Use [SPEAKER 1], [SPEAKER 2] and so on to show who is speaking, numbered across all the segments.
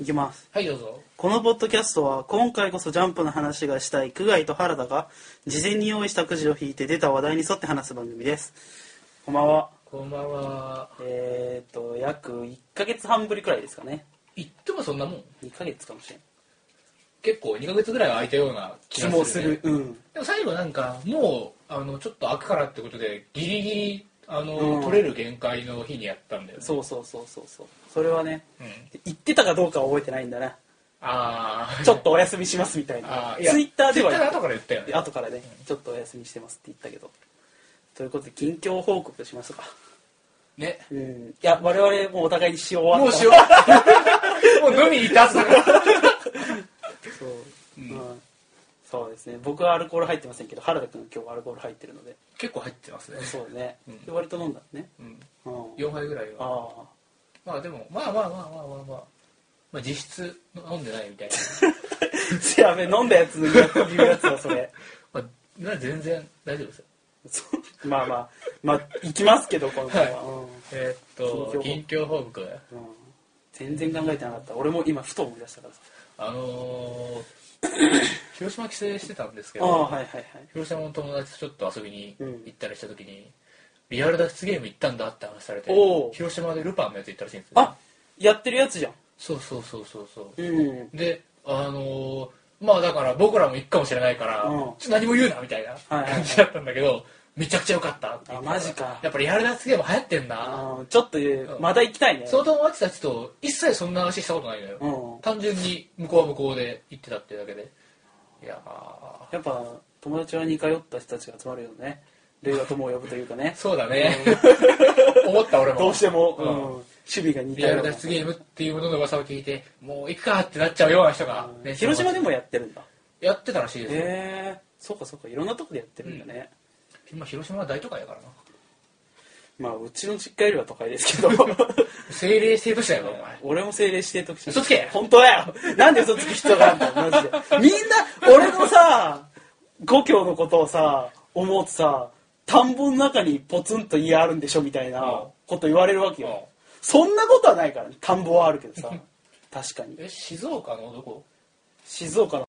[SPEAKER 1] いきます
[SPEAKER 2] はいどうぞ
[SPEAKER 1] このポッドキャストは今回こそジャンプの話がしたい久我井と原田が事前に用意したくじを引いて出た話題に沿って話す番組ですこんばんは
[SPEAKER 2] こんばんは
[SPEAKER 1] えー、っと約1ヶ月半ぶりくらいですかね
[SPEAKER 2] 言ってもそんなもん
[SPEAKER 1] 2ヶ月かもしれん
[SPEAKER 2] 結構2ヶ月ぐらいは空いたような気
[SPEAKER 1] 気
[SPEAKER 2] が
[SPEAKER 1] も
[SPEAKER 2] す
[SPEAKER 1] す
[SPEAKER 2] る,、
[SPEAKER 1] るうん
[SPEAKER 2] でも最後なんかもうあのちょっと開くからってことでギリギリあの、
[SPEAKER 1] うん
[SPEAKER 2] 取れる限界の日にやったんだよね
[SPEAKER 1] そうそうそうそうそうそれはね
[SPEAKER 2] うん、
[SPEAKER 1] 言ってたかどうかは覚えてないんだな
[SPEAKER 2] ああ
[SPEAKER 1] ちょっとお休みしますみたいな
[SPEAKER 2] あーいや
[SPEAKER 1] ツイッターでは
[SPEAKER 2] ツイッターで後から言ったよね
[SPEAKER 1] 後からねちょっとお休みしてますって言ったけどということで近況報告しましょうか
[SPEAKER 2] ね
[SPEAKER 1] うんいや我々もうお互いにし終わった
[SPEAKER 2] もうしよう もう飲みに行ったはずだから
[SPEAKER 1] そう、
[SPEAKER 2] う
[SPEAKER 1] うんんそうですね僕はアルコール入ってませんけど原田君今日アルコール入ってるので
[SPEAKER 2] 結構入ってますね、
[SPEAKER 1] そうね、
[SPEAKER 2] うん
[SPEAKER 1] で割と飲んだのね、
[SPEAKER 2] うん、
[SPEAKER 1] うん、
[SPEAKER 2] 4杯ぐらいは
[SPEAKER 1] あ
[SPEAKER 2] まあでもまあまあまあまあまあまあまあ実質飲んでないみたいな
[SPEAKER 1] あやべ飲んだやつの言うやつはそれ
[SPEAKER 2] まあ、な全然大丈夫ですよ。
[SPEAKER 1] そうまあまあまあ行きますけど今回は、
[SPEAKER 2] えーっと、近
[SPEAKER 1] 近
[SPEAKER 2] 況報告。
[SPEAKER 1] うんうん全然考えてなかった俺も今ふと思い出したからさ
[SPEAKER 2] あのー 広島帰省してたんですけ
[SPEAKER 1] あ
[SPEAKER 2] ど、
[SPEAKER 1] あはいはいはい
[SPEAKER 2] 広島の友達とちょっと遊びに
[SPEAKER 1] うん
[SPEAKER 2] 行ったりした時に、リアル脱出ゲーム行ったんだって話されて
[SPEAKER 1] おう、
[SPEAKER 2] 広島でルパンのやつ行ったらしいんですよ、
[SPEAKER 1] あやってるやつじゃん
[SPEAKER 2] そうそうそうそうそう。
[SPEAKER 1] うん
[SPEAKER 2] で、あのーまあだから僕らも行くかもしれないから、
[SPEAKER 1] うん
[SPEAKER 2] ちょっと何も言うなみたいない
[SPEAKER 1] はいはい
[SPEAKER 2] 感じだったんだけど、めちゃくちゃ良かったって言ってたら
[SPEAKER 1] あマジか
[SPEAKER 2] やっぱリアル脱出ゲーム流行ってんだ。
[SPEAKER 1] あーちょっと言うんまだ行きたいね
[SPEAKER 2] その友達たちと一切そんな話したことないのよ、
[SPEAKER 1] うん
[SPEAKER 2] 単純に向こうは向こうで行ってたっていうだけでいやー
[SPEAKER 1] やっぱ友達は似通った人たちが集まるよね霊が友を呼ぶというかね
[SPEAKER 2] そうだね思った俺も
[SPEAKER 1] どうしても、
[SPEAKER 2] うん
[SPEAKER 1] うん守備が似た
[SPEAKER 2] リア
[SPEAKER 1] よ
[SPEAKER 2] ル
[SPEAKER 1] うな
[SPEAKER 2] 脱出ゲームっていうものの噂を聞いてもう行くかってなっちゃうような人が、ね
[SPEAKER 1] 広島でもやってるんだ
[SPEAKER 2] やってたらしいですよ、
[SPEAKER 1] へえそうかそうかいろんなとこでやってるんだね、
[SPEAKER 2] 今広島は大都会だからな
[SPEAKER 1] まあうちの実家よりは都会です けど
[SPEAKER 2] 政令制度者やろお前
[SPEAKER 1] 俺も政令指定特殊
[SPEAKER 2] 嘘つけ
[SPEAKER 1] 本当だよなんで嘘つく必要があるんだよマジでみんな俺のさ故郷のことをさ思うとさ田んぼの中にポツンと家あるんでしょみたいなこと言われるわけよ、そんなことはないからね田んぼはあるけどさ確かに
[SPEAKER 2] え静岡のどこ
[SPEAKER 1] 静岡の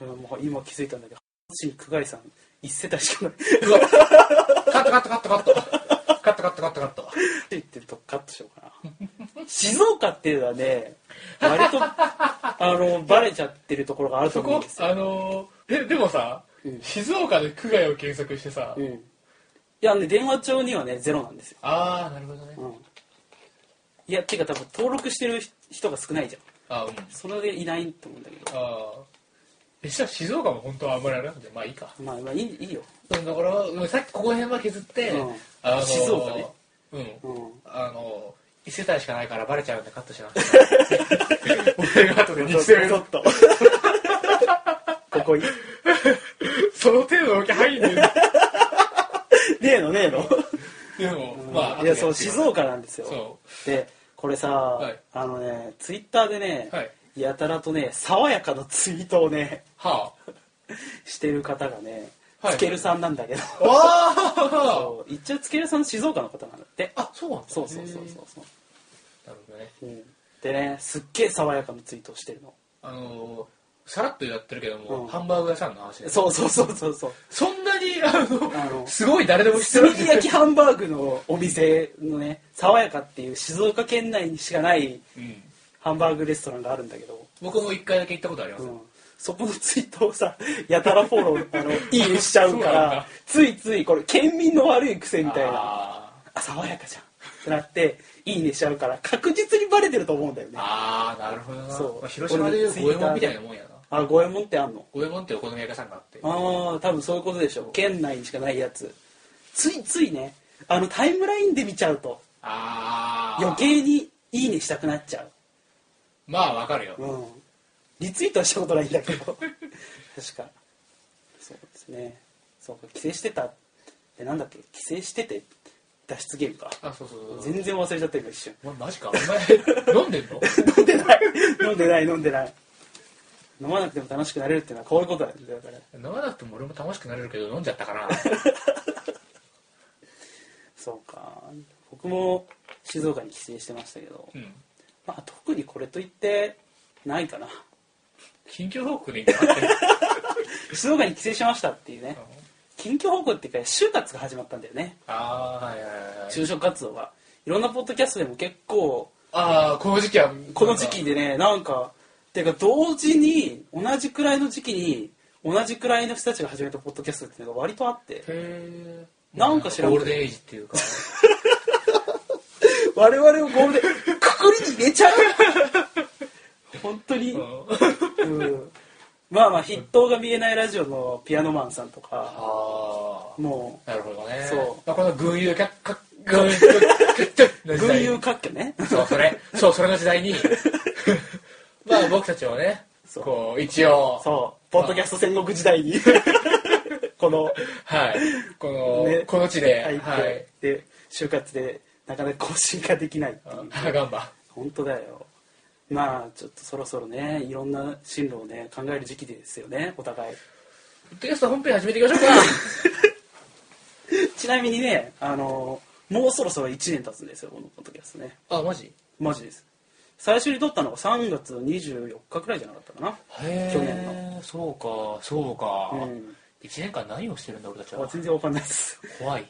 [SPEAKER 1] うんもう今気づいたんだけど阪神久我井さん一世帯しかないって
[SPEAKER 2] うわカットカットカットカットカットカットカットカット
[SPEAKER 1] 言ってるとこカットしようかな静岡っていうのはね割とあのバレちゃってるところがあると
[SPEAKER 2] そ
[SPEAKER 1] 思うん
[SPEAKER 2] こ
[SPEAKER 1] ですよ
[SPEAKER 2] あのーえでもさ、
[SPEAKER 1] うん
[SPEAKER 2] 静岡で区外を検索してさ、
[SPEAKER 1] うん、いやね電話帳にはねゼロなんですよ、
[SPEAKER 2] ああなるほどね、
[SPEAKER 1] うん、いやていうか多分登録してる人が少ないじゃん
[SPEAKER 2] あうんあ
[SPEAKER 1] それでいないと思うんだけど
[SPEAKER 2] あえじゃあ静岡も本当はあんまりあれなんでまあいいか
[SPEAKER 1] まあまあいいいいよ、
[SPEAKER 2] うんだからうんさっきここら辺は削って、
[SPEAKER 1] うん
[SPEAKER 2] あのー
[SPEAKER 1] 静岡ね
[SPEAKER 2] うん、
[SPEAKER 1] うん、
[SPEAKER 2] あのー一世帯しかないからバレちゃうんでカットしなくて俺が 後で日生
[SPEAKER 1] ちょっと ここいい
[SPEAKER 2] その程度の気入んねえんだ
[SPEAKER 1] ねえのねえの
[SPEAKER 2] でも、まあ後
[SPEAKER 1] い
[SPEAKER 2] で
[SPEAKER 1] や
[SPEAKER 2] って
[SPEAKER 1] そう静岡なんですよ
[SPEAKER 2] そ
[SPEAKER 1] でこれさ、
[SPEAKER 2] い
[SPEAKER 1] あのねツイッターでね、
[SPEAKER 2] はい
[SPEAKER 1] やたらとね爽やかなツイートをね
[SPEAKER 2] うは
[SPEAKER 1] してる方がね、
[SPEAKER 2] はい
[SPEAKER 1] つけるさんなんだけど、
[SPEAKER 2] あわ
[SPEAKER 1] そう一応つけるさん静岡の方なんだって
[SPEAKER 2] ああそうなんだ
[SPEAKER 1] そうそうそうそうそ
[SPEAKER 2] なるほどね
[SPEAKER 1] う、うん、でねすっげえ爽やかなツイートをしてるの
[SPEAKER 2] あのーさらっとやってるけども、
[SPEAKER 1] うん
[SPEAKER 2] ハンバーグ屋さんの話で
[SPEAKER 1] そうそうそうそう そう
[SPEAKER 2] そんなにあの
[SPEAKER 1] あの
[SPEAKER 2] すごい誰でも知って
[SPEAKER 1] 炭
[SPEAKER 2] る
[SPEAKER 1] 火焼きハンバーグのお店のね爽やかっていう静岡県内にしかない
[SPEAKER 2] うん、
[SPEAKER 1] ハンバーグレストランがあるんだけど
[SPEAKER 2] 僕も一回だけ行ったことあります、
[SPEAKER 1] うんそこのツイートをさやたらフォローあ のいいねしちゃうか
[SPEAKER 2] そうなんだ
[SPEAKER 1] らついついこれ県民の悪い癖みたいな
[SPEAKER 2] あー
[SPEAKER 1] あ爽やかじゃんってなっていいねしちゃうから確実にバレてると思うんだよね
[SPEAKER 2] あーなるほどな、
[SPEAKER 1] そう
[SPEAKER 2] まあ、広島でいう五右衛門みたいなもんやな
[SPEAKER 1] あ五右衛門ってあんの
[SPEAKER 2] 五右衛門ってお好み焼き屋さんがあって
[SPEAKER 1] ああ多分そういうことでしょ県内にしかないやつついついねあのタイムラインで見ちゃうと
[SPEAKER 2] あー
[SPEAKER 1] 余計にいいねしたくなっちゃう
[SPEAKER 2] まあわかるよ、
[SPEAKER 1] うん、リツイートはしたことないんだけど確かそうですねそうか帰省してたってなんだっけ帰省してて脱出ゲームか
[SPEAKER 2] あそうそうそうそう
[SPEAKER 1] 全然忘れちゃってるから一瞬
[SPEAKER 2] お前マジかお前飲んでんの
[SPEAKER 1] 飲んでない飲んでない飲んでない飲まなくても楽しくなれるっていうのはこういうことなんだよだから
[SPEAKER 2] 飲まなくても俺も楽しくなれるけど飲んじゃった かな
[SPEAKER 1] そうか僕も静岡に帰省してましたけど、
[SPEAKER 2] うん
[SPEAKER 1] まあ特にこれといってないかな
[SPEAKER 2] 近況報告でいい かなって
[SPEAKER 1] 静岡に帰省しましたっていうね近況報告っていうか就活が始まったんだよね
[SPEAKER 2] ああはいはいはい
[SPEAKER 1] 就職活動がいろんなポッドキャストでも結構
[SPEAKER 2] ああこの時期は
[SPEAKER 1] この時期でねなんかていうか同時に同じくらいの時期に同じくらいの人たちが始めたポッドキャストっていうのが割とあって
[SPEAKER 2] へえ
[SPEAKER 1] なんか知らん
[SPEAKER 2] ゴ
[SPEAKER 1] け
[SPEAKER 2] ー
[SPEAKER 1] ど
[SPEAKER 2] ルデンエイジっていうか
[SPEAKER 1] 我々をゴールデンくくりに入れちゃう 本当に、うん、まあまあ筆頭が見えないラジオのピアノマンさんとか
[SPEAKER 2] あ
[SPEAKER 1] も
[SPEAKER 2] あなるほどね
[SPEAKER 1] そう
[SPEAKER 2] まあ、この群雄脚脚群雄脚
[SPEAKER 1] う
[SPEAKER 2] の時
[SPEAKER 1] 群
[SPEAKER 2] 代
[SPEAKER 1] 雄割拠ね
[SPEAKER 2] そうそれそうそれの時代にまあ僕たちもね
[SPEAKER 1] そう
[SPEAKER 2] こう一応
[SPEAKER 1] そうポッドキャスト戦国時 代にこの
[SPEAKER 2] はいこの、
[SPEAKER 1] ね
[SPEAKER 2] この地で
[SPEAKER 1] 入って、
[SPEAKER 2] はい
[SPEAKER 1] で就活でなかなか更新ができないっていう
[SPEAKER 2] ハガンバ
[SPEAKER 1] 本当だよまあちょっとそろそろねいろんな進路をね考える時期ですよねお互い
[SPEAKER 2] ポッドキャスト本編始めていきましょうか
[SPEAKER 1] ちなみにねあのもうそろそろ1年経つんですよこのポッドキャストね
[SPEAKER 2] あマジへ
[SPEAKER 1] マジです最初に撮ったのが3月24日くらいじゃなかったかな
[SPEAKER 2] え
[SPEAKER 1] 去年の
[SPEAKER 2] そうかそうか、
[SPEAKER 1] うん
[SPEAKER 2] 一年間何をしてるんだ俺たち
[SPEAKER 1] あ
[SPEAKER 2] は
[SPEAKER 1] 全然わかんないです
[SPEAKER 2] 怖い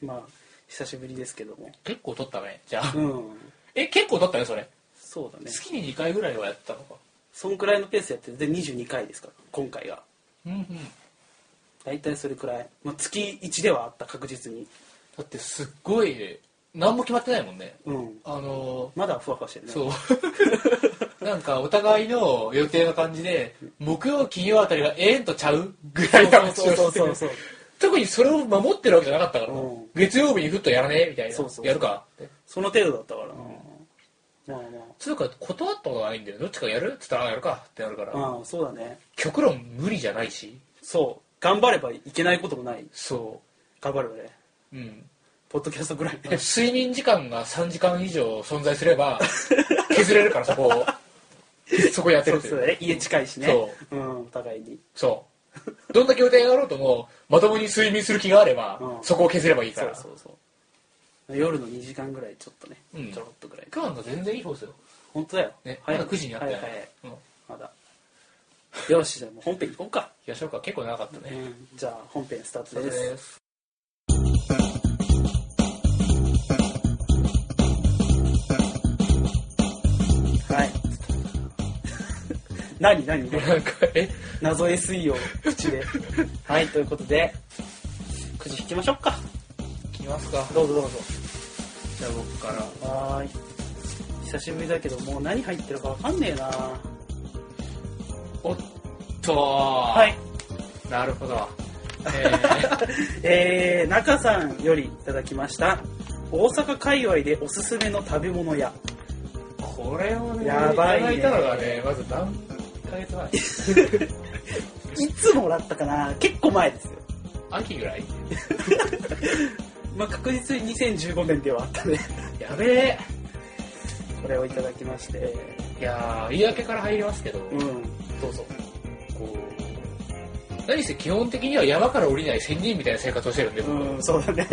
[SPEAKER 1] まあ久しぶりですけども
[SPEAKER 2] 結構撮ったねじゃあ
[SPEAKER 1] うん
[SPEAKER 2] え結構撮ったねそれ
[SPEAKER 1] そうだね
[SPEAKER 2] 月に2回ぐらいはやったのか
[SPEAKER 1] そんくらいのペースでやっててで22回ですから今回が
[SPEAKER 2] うんうん
[SPEAKER 1] 大体それくらい、まあ、月1ではあった確実に
[SPEAKER 2] だってすっごい何も決まってないもんね
[SPEAKER 1] うん
[SPEAKER 2] あの
[SPEAKER 1] まだふわふわしてるね
[SPEAKER 2] そう なんかお互いの予定の感じで木曜金曜あたりがええんとちゃうぐらいの話
[SPEAKER 1] そうそう
[SPEAKER 2] をして
[SPEAKER 1] そう
[SPEAKER 2] る
[SPEAKER 1] そう
[SPEAKER 2] 特にそれを守ってるわけじゃなかったからな、
[SPEAKER 1] うん
[SPEAKER 2] 月曜日にふっとやらねえみたいな
[SPEAKER 1] そうそうそう
[SPEAKER 2] やるかって
[SPEAKER 1] その程度だったからな、まあ
[SPEAKER 2] つうか断ったことないんだよどっちかやるっつったらあやるかってなるから、
[SPEAKER 1] まあまあそうだね
[SPEAKER 2] 極論無理じゃないし
[SPEAKER 1] そう頑張ればいけないこともない
[SPEAKER 2] そ
[SPEAKER 1] 頑張ればね
[SPEAKER 2] ううん
[SPEAKER 1] ポッドキャストぐらいね
[SPEAKER 2] 睡眠時間が3時間以上存在すれ ば削れるからそこをそこやって
[SPEAKER 1] そ
[SPEAKER 2] る
[SPEAKER 1] う
[SPEAKER 2] と
[SPEAKER 1] そ
[SPEAKER 2] いう
[SPEAKER 1] うだね家近いしね、
[SPEAKER 2] そう
[SPEAKER 1] ん、お互いに
[SPEAKER 2] そう。どんだけ予定があろうとも、まともに睡眠する気があれば、
[SPEAKER 1] うん
[SPEAKER 2] そこを削ればいいか
[SPEAKER 1] そう
[SPEAKER 2] ら。
[SPEAKER 1] そうそう夜の2時間ぐらいちょっとね、
[SPEAKER 2] うん
[SPEAKER 1] ちょろっとぐらい
[SPEAKER 2] 今日なんか全然いい方ですよ。
[SPEAKER 1] 本当だよ、
[SPEAKER 2] ね、
[SPEAKER 1] 早
[SPEAKER 2] ま
[SPEAKER 1] い
[SPEAKER 2] だ9時になったよ、
[SPEAKER 1] はいはい
[SPEAKER 2] うん行
[SPEAKER 1] まだよしじゃあもう本編行こうか、
[SPEAKER 2] きましょうか。結構長かったね。
[SPEAKER 1] うんじゃあ本編スター
[SPEAKER 2] そ
[SPEAKER 1] ト
[SPEAKER 2] う
[SPEAKER 1] です
[SPEAKER 2] す。
[SPEAKER 1] はい 何何
[SPEAKER 2] なんか、え、
[SPEAKER 1] 謎 SE を口 ではいということでくじ引きましょうか
[SPEAKER 2] 来ますか。
[SPEAKER 1] どうぞどうぞ
[SPEAKER 2] じゃあ僕から。
[SPEAKER 1] はーい久しぶりだけどもう何入ってるかわかんねえな
[SPEAKER 2] おっと
[SPEAKER 1] は。
[SPEAKER 2] はいなるほど。えー
[SPEAKER 1] えー、中さんよりいただきました大阪界隈でおすすめの食べ物屋
[SPEAKER 2] これをね、
[SPEAKER 1] やばいね
[SPEAKER 2] ただいたのがね、まず何ヶ 月前
[SPEAKER 1] いつもらったかな結構前ですよ
[SPEAKER 2] 秋ぐらい
[SPEAKER 1] まあ確実に2015年ではあったね
[SPEAKER 2] やべえ。
[SPEAKER 1] これをいただきまして
[SPEAKER 2] いやー、言い訳から入りますけど、
[SPEAKER 1] うんどうぞ
[SPEAKER 2] こう、何せ基本的には山から降りない仙人みたいな生活をし てるんで、
[SPEAKER 1] うんそうだね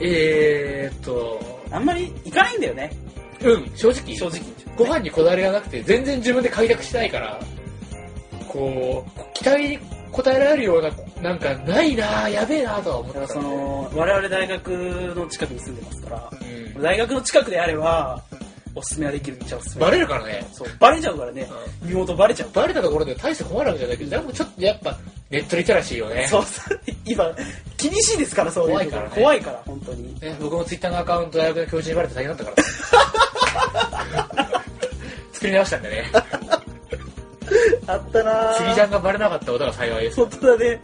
[SPEAKER 2] えーっと、
[SPEAKER 1] あんまり行かないんだよね
[SPEAKER 2] うん、正直、
[SPEAKER 1] 正直
[SPEAKER 2] ご飯にこだわりがなくて、全然自分で開拓してないから、こう、期待に応えられるような、なんか、ないなぁ、やべえなぁとは思っ
[SPEAKER 1] だから
[SPEAKER 2] て
[SPEAKER 1] そ
[SPEAKER 2] たんで。
[SPEAKER 1] の我々大学の近くに住んでますから
[SPEAKER 2] うん
[SPEAKER 1] 大学の近くであればおすすめはできるっちゃおすすめ
[SPEAKER 2] バレるからね。
[SPEAKER 1] そうバレちゃうからね
[SPEAKER 2] う
[SPEAKER 1] 身元バレちゃう
[SPEAKER 2] バレたところで大して困るわけじゃないけど、でもちょっとやっぱ、ネットリテラシーよね。
[SPEAKER 1] そう そう今厳しいですからそういうところ
[SPEAKER 2] 怖
[SPEAKER 1] 怖いから本当に
[SPEAKER 2] ね、僕もツイッターのアカウント大学の教授にバレて大変だった から。作り直したんでね。
[SPEAKER 1] あったなぁ
[SPEAKER 2] スギちゃんがバレなかったことが幸いです。
[SPEAKER 1] 本当だね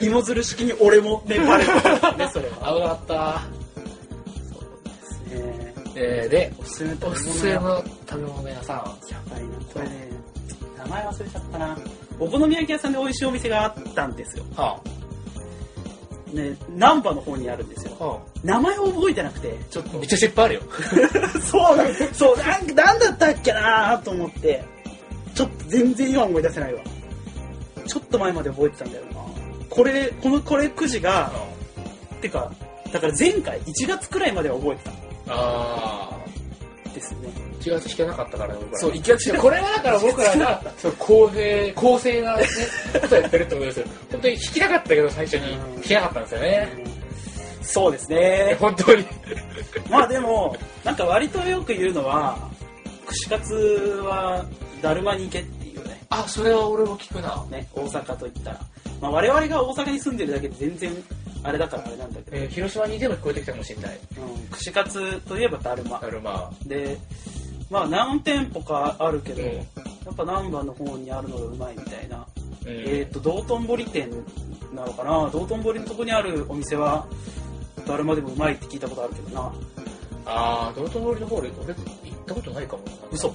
[SPEAKER 1] 芋づる式に俺もねバレてたからねそれ
[SPEAKER 2] 危
[SPEAKER 1] は
[SPEAKER 2] なかった。
[SPEAKER 1] そうですね
[SPEAKER 2] えー、で、
[SPEAKER 1] おすすめ
[SPEAKER 2] お
[SPEAKER 1] と
[SPEAKER 2] すすめの食べ物屋さん。
[SPEAKER 1] やばいなこれね名前忘れちゃったなお好み焼き屋さんで美味しいお店があったんですよ
[SPEAKER 2] は
[SPEAKER 1] ね難波の方にあるんですよ
[SPEAKER 2] あ、は
[SPEAKER 1] 名前を覚えてなくてちょっ
[SPEAKER 2] あ、
[SPEAKER 1] と
[SPEAKER 2] めっちゃ失敗あるよ。
[SPEAKER 1] そうだそうなんなんだったっけなと思ってちょっと全然今思い出せないわちょっと前まで覚えてたんだよなこれこのこれくじがてかだから前回1月くらいまでは覚えてた
[SPEAKER 2] あ
[SPEAKER 1] んですね
[SPEAKER 2] あ1月弾けなかったからね僕ら
[SPEAKER 1] そう1月
[SPEAKER 2] いやこれはだから僕らが そう公平公正な、ね、ことやってるってことですよ本当に弾きたかったけど最初に弾けなかったんですよね
[SPEAKER 1] そうですね
[SPEAKER 2] 本当に
[SPEAKER 1] まあでもなんか割とよく言うのは串カツはだるまに行けっていうね
[SPEAKER 2] あそれは俺も聞くな
[SPEAKER 1] ね大阪といったら、まあ、我々が大阪に住んでるだけで全然あれだからあれなんだけど、
[SPEAKER 2] えー広島にでも聞こえてきたかもしれない
[SPEAKER 1] うん、串カツといえばだるま
[SPEAKER 2] だるま
[SPEAKER 1] でまあ何店舗かあるけど、
[SPEAKER 2] うん
[SPEAKER 1] やっぱ難波の方にあるのがうまいみたいな、
[SPEAKER 2] うん
[SPEAKER 1] えっ、と道頓堀店なのかな道頓堀のとこにあるお店はだるまでもうまいって聞いたことあるけどな
[SPEAKER 2] ああ道頓堀の方で俺行ったことないかも
[SPEAKER 1] 嘘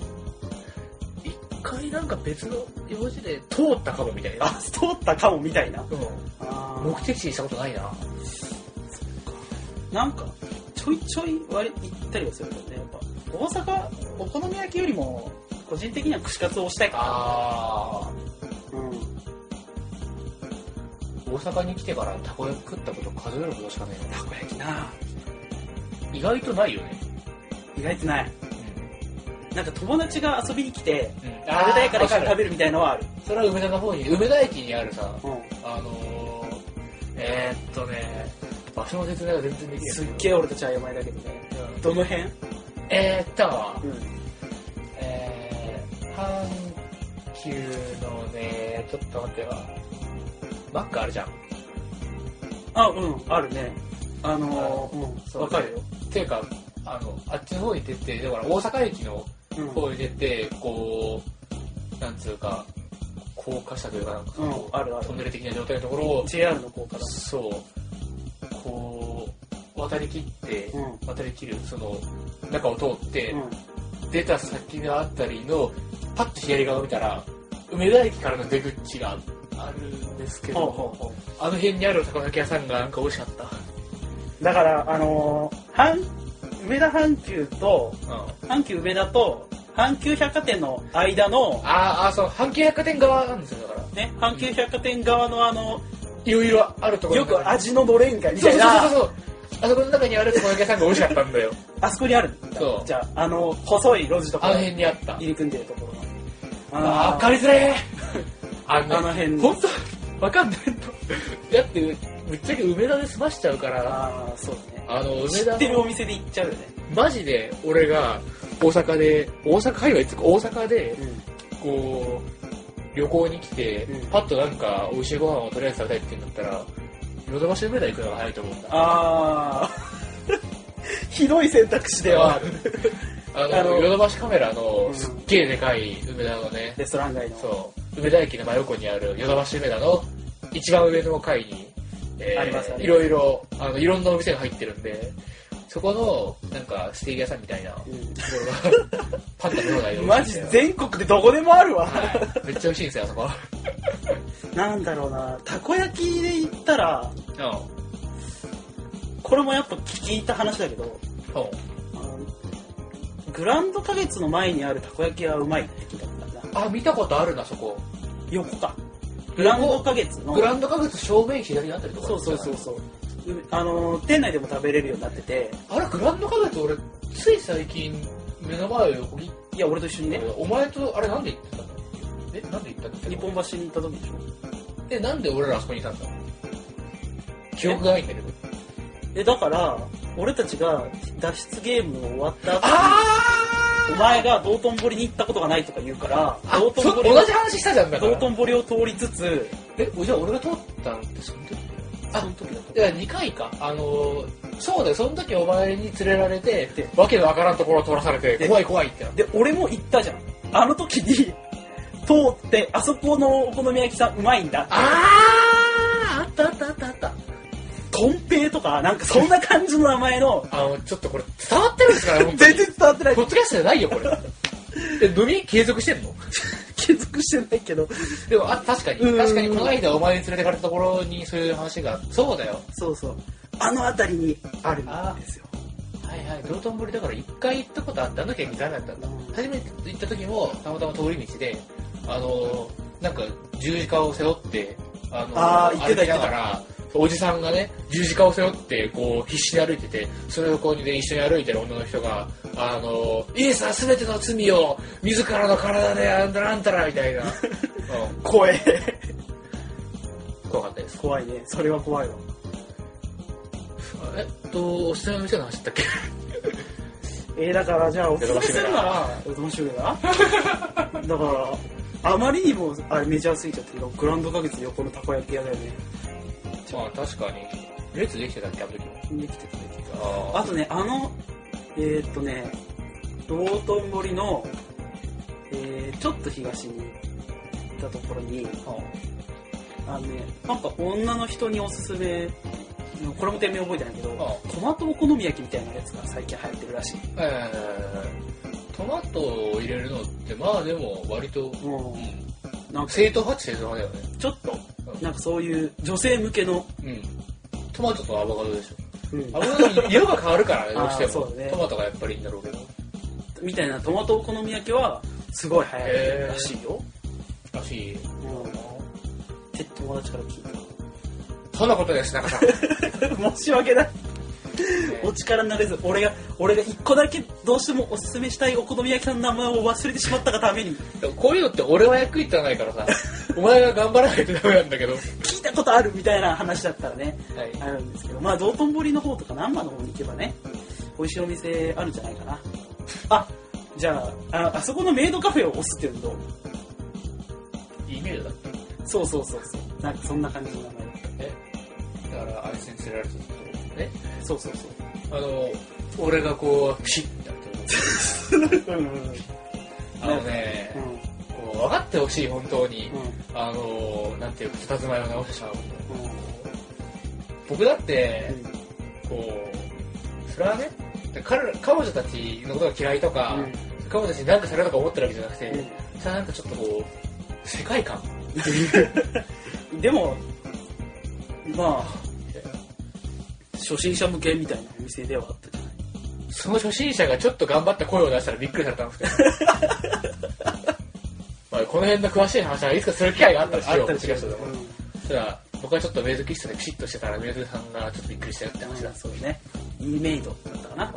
[SPEAKER 2] 一回なんか別の用事で通ったかもみたいな
[SPEAKER 1] あ通ったかもみたいな
[SPEAKER 2] うん
[SPEAKER 1] あー
[SPEAKER 2] 目的地にしたことないな
[SPEAKER 1] なんかちょいちょい割り行ったりはするけどねやっぱ大阪お好み焼きよりも個人的には串カツを推したいか
[SPEAKER 2] あ
[SPEAKER 1] なうん
[SPEAKER 2] ー大阪に来てからたこ焼き食ったこと数えるほどしかないな
[SPEAKER 1] たこ焼きな
[SPEAKER 2] 意外とないよね、
[SPEAKER 1] 意外とないなんか友達が遊びに来て
[SPEAKER 2] うん食べ
[SPEAKER 1] 食べたいから一緒に食
[SPEAKER 2] べ
[SPEAKER 1] べるみたいのはある
[SPEAKER 2] それは梅田の方に梅田駅にあるさ
[SPEAKER 1] うん
[SPEAKER 2] あのー、えー、っとね場所の説明が全然できない
[SPEAKER 1] すっげえ俺たちは曖昧だけどね。
[SPEAKER 2] うん
[SPEAKER 1] どの辺うん。
[SPEAKER 2] えー、っとえー、阪急のね、ちょっと待ってよ。マックあるじゃん。っ
[SPEAKER 1] あ、うん、あるね。あのー、う
[SPEAKER 2] そ
[SPEAKER 1] ん、
[SPEAKER 2] う
[SPEAKER 1] わかるよ。
[SPEAKER 2] ていうか、あの、あっちの方に出て、だから大阪駅の
[SPEAKER 1] うん。
[SPEAKER 2] 方に出て、こう、なんつうか、高架下というか、なんか、
[SPEAKER 1] うん、あるあ
[SPEAKER 2] トン
[SPEAKER 1] る。
[SPEAKER 2] ネル的な状態のところを、
[SPEAKER 1] JR の効果だ。
[SPEAKER 2] そう、こう、渡り切って、
[SPEAKER 1] うん。
[SPEAKER 2] 渡り切る、その、中を通って、
[SPEAKER 1] うん。
[SPEAKER 2] 出た先のあたりのパッと左側を見たら梅田駅からの出口があるんですけ
[SPEAKER 1] ほ
[SPEAKER 2] ど
[SPEAKER 1] うほうほ
[SPEAKER 2] あの辺にあるたこ焼き屋さんがなんか美味しかった、
[SPEAKER 1] う。だから、あのー、阪、梅田阪急と、
[SPEAKER 2] あ
[SPEAKER 1] 阪急梅田と、阪急百貨店の間の、
[SPEAKER 2] あーそう阪急百貨店側なんですよだから
[SPEAKER 1] ね、阪急百貨店側のあの、
[SPEAKER 2] いろいろあるところ
[SPEAKER 1] よく味のどれんかみ
[SPEAKER 2] そ
[SPEAKER 1] たいう
[SPEAKER 2] うそそう
[SPEAKER 1] な、
[SPEAKER 2] そうあそこの中にあるたこ焼き屋さんが美味しかったんだよ
[SPEAKER 1] あそこにあるんだ
[SPEAKER 2] そう
[SPEAKER 1] じゃあ、あの、細い路地と
[SPEAKER 2] あ
[SPEAKER 1] か
[SPEAKER 2] の
[SPEAKER 1] 入
[SPEAKER 2] 辺にあった
[SPEAKER 1] り組んでるところの。
[SPEAKER 2] あー
[SPEAKER 1] ー
[SPEAKER 2] 分かりづれえあ
[SPEAKER 1] あの辺
[SPEAKER 2] 本当わかんないとだってぶっちゃけ梅田で済ましちゃうから
[SPEAKER 1] ああ、そうね。
[SPEAKER 2] あの
[SPEAKER 1] 知
[SPEAKER 2] 梅田
[SPEAKER 1] って
[SPEAKER 2] の
[SPEAKER 1] るお店で行っちゃうよね。
[SPEAKER 2] マジで俺が大阪で大阪界隈つうか大阪で
[SPEAKER 1] う
[SPEAKER 2] こう旅行に来て、
[SPEAKER 1] うん
[SPEAKER 2] パッとなんか美味しいご飯をとりあえず食べたいって言うんだったらヨドバシ梅田行くのが早いと思うんだ
[SPEAKER 1] ああ、ひどい選択肢ではある。
[SPEAKER 2] あ
[SPEAKER 1] あ
[SPEAKER 2] の
[SPEAKER 1] の
[SPEAKER 2] ヨドバシカメラの
[SPEAKER 1] うん
[SPEAKER 2] すっげえでかい梅田のね、
[SPEAKER 1] レストラン街の。
[SPEAKER 2] そう梅田駅の真横にあるヨドバシ梅田の一番上の階に、えー
[SPEAKER 1] ありますあります
[SPEAKER 2] いろいろあのいろんなお店が入ってるんでそこのなんかステーキ屋さんみたいなとこ ろがパン食べ放題で美味しいんだよ
[SPEAKER 1] マジ全国でどこでもあるわ。
[SPEAKER 2] めっちゃ美味しいんですよあそこ
[SPEAKER 1] なんだろうな、たこ焼きで言ったら、
[SPEAKER 2] う
[SPEAKER 1] これもやっぱ聞いた話だけど、
[SPEAKER 2] ん。
[SPEAKER 1] あのグランド花月の前にあるたこ焼きはうまいって聞いたことあるな。
[SPEAKER 2] あ、見たことあるな、そこ。
[SPEAKER 1] 横か。グランド花月の。
[SPEAKER 2] グランド花月正面左にあったりとか。
[SPEAKER 1] そうそうそうそう。うあの店内でも食べれるようになってて、
[SPEAKER 2] あれ、グランド花月俺、つい最近、目の前を横切っ
[SPEAKER 1] いや、俺と一緒に
[SPEAKER 2] て、
[SPEAKER 1] ね、
[SPEAKER 2] お前と、あれなんで行ってたんだっけえ、なんで行ったんだっけ
[SPEAKER 1] 日本橋に行った時でしょ。
[SPEAKER 2] で、なんで俺らあそこにいたんだ記憶がないんだけど。
[SPEAKER 1] えだから俺たちが脱出ゲーム終わった後
[SPEAKER 2] あ
[SPEAKER 1] お前が道頓堀に行ったことがないとか言うから道
[SPEAKER 2] そ
[SPEAKER 1] 頓
[SPEAKER 2] 同
[SPEAKER 1] 堀
[SPEAKER 2] じ話したじゃん、だか
[SPEAKER 1] 道
[SPEAKER 2] ら。
[SPEAKER 1] 頓堀を通りつつ
[SPEAKER 2] え、じゃあ俺が通ったのってその時あ
[SPEAKER 1] その時だと
[SPEAKER 2] いや、2回か。あのー、そうだよ、その時お前に連れられて
[SPEAKER 1] で、
[SPEAKER 2] わけのわからんところを通らされて、
[SPEAKER 1] で
[SPEAKER 2] 怖い怖いってなって
[SPEAKER 1] で俺も行ったじゃんあの時に通ってあそこのお好み焼きさんうまいんだって
[SPEAKER 2] あーあったあったあったあった。
[SPEAKER 1] とんぺいとかなんかそんな感じの名前の
[SPEAKER 2] あの、ちょっとこれ伝わってるんですかね、本
[SPEAKER 1] 全
[SPEAKER 2] 当に
[SPEAKER 1] 然伝わってない
[SPEAKER 2] ポッドキャストじゃないよ、これ。え、飲み継続してんの
[SPEAKER 1] 継続してないけど
[SPEAKER 2] でも、あ、確かに。
[SPEAKER 1] うん
[SPEAKER 2] 確かに、この間お前に連れてかれたところにそういう話が。そうだよ。
[SPEAKER 1] そうそうあの辺りにあるんですよ
[SPEAKER 2] はいはい、道頓堀だから一回行ったことあって、あの時は2回目だったんだ。
[SPEAKER 1] うん
[SPEAKER 2] 初めて行った時も、たまたま通り道で、あのー、なんか、十字架を背負って、あのー、
[SPEAKER 1] あー言ってた
[SPEAKER 2] 歩きながら、おじさんがね十字架を背負ってこう必死で歩いててその横にね一緒に歩いてる女の人が「あのイエスは全ての罪を自らの体であんたらあんたら」みたい な、うん、
[SPEAKER 1] 怖え。
[SPEAKER 2] 怖かったです
[SPEAKER 1] 怖いね。それは怖いわ。
[SPEAKER 2] えっとおすすめの店の話だったっけ
[SPEAKER 1] えー、だからじゃあおすすめするなら、どうしようだな。だから、あまりにもあれメジャーすぎちゃったけど、グランド花月横のたこ焼き屋だよね。
[SPEAKER 2] まあ確かに列できてたっけあの時も
[SPEAKER 1] できてたできて
[SPEAKER 2] あ
[SPEAKER 1] た。あとね、あの、えー、っとね、道頓堀の、えー、ちょっと東に行ったところに、あのね、なんか女の人におすすめの、これも店名覚えてないけど、
[SPEAKER 2] あ
[SPEAKER 1] トマトお好み焼きみたいなやつが最近流行ってるらしい。
[SPEAKER 2] えー、トマトを入れるのってまあでも割と、
[SPEAKER 1] も
[SPEAKER 2] う
[SPEAKER 1] う、なん
[SPEAKER 2] ん、
[SPEAKER 1] か
[SPEAKER 2] 正統派っちゃ正統派だよね
[SPEAKER 1] ちょっと、なんかそういう女性向けの、
[SPEAKER 2] うんトマトとアボカドでしょ
[SPEAKER 1] うん
[SPEAKER 2] アボカドに色が変わるからねどうし て
[SPEAKER 1] あーそ
[SPEAKER 2] も、
[SPEAKER 1] うだね
[SPEAKER 2] トマトがやっぱりいいんだろうけど
[SPEAKER 1] みたいなトマトお好み焼きは、すごい流行ってるらしいよ。
[SPEAKER 2] らしい
[SPEAKER 1] うんって友達から聞 い
[SPEAKER 2] そんなことです 中さん、ね
[SPEAKER 1] た。申し訳ない。お力になれず、俺が、俺が一個だけどうしてもおすすめしたいお好み焼きさんの名前を忘れてしまったがために、
[SPEAKER 2] でもこういうのって俺は役に立たないからさお前が頑張らないとダメなんだけど、は
[SPEAKER 1] 聞いたことあるみたいな話だったらね、
[SPEAKER 2] い、
[SPEAKER 1] あるんですけど、まあ道頓堀の方とか難波の方に行けばね、美味しいお店あるんじゃないかな。あ、じゃあ、ああそこのメイドカフェを押すっていうのどう
[SPEAKER 2] いいイメージだった
[SPEAKER 1] そうそうそうそう。なんかそんな感じの名前だっ
[SPEAKER 2] えだからあいつに連れられてたね
[SPEAKER 1] た。そうそうそ
[SPEAKER 2] あの俺がこうピシッてやってる
[SPEAKER 1] う。うんうんうん。
[SPEAKER 2] あのね、こう分かってほしい本当に、あのー、なんていうか佇まいを直しちゃう僕だって、こうそれはね彼ら彼女たちのことが嫌いとか、彼女たちに何かされたとか思ってるわけじゃなくて、ただなんかちょっとこう世界観
[SPEAKER 1] うん。でも、まあ、初心者向けみたいなお店ではあったじゃない。
[SPEAKER 2] その初心者がちょっと頑張った声を出したらびっくりされたんです けどまあこの辺の詳しい話はいつかする機会があったんですよ
[SPEAKER 1] あったりしま
[SPEAKER 2] もしかしたらただ僕はちょっとメイド喫茶でピシッとしてたらメイドさんがちょっとびっくりしたよって話だ、
[SPEAKER 1] そうね。イーメイドだったかな。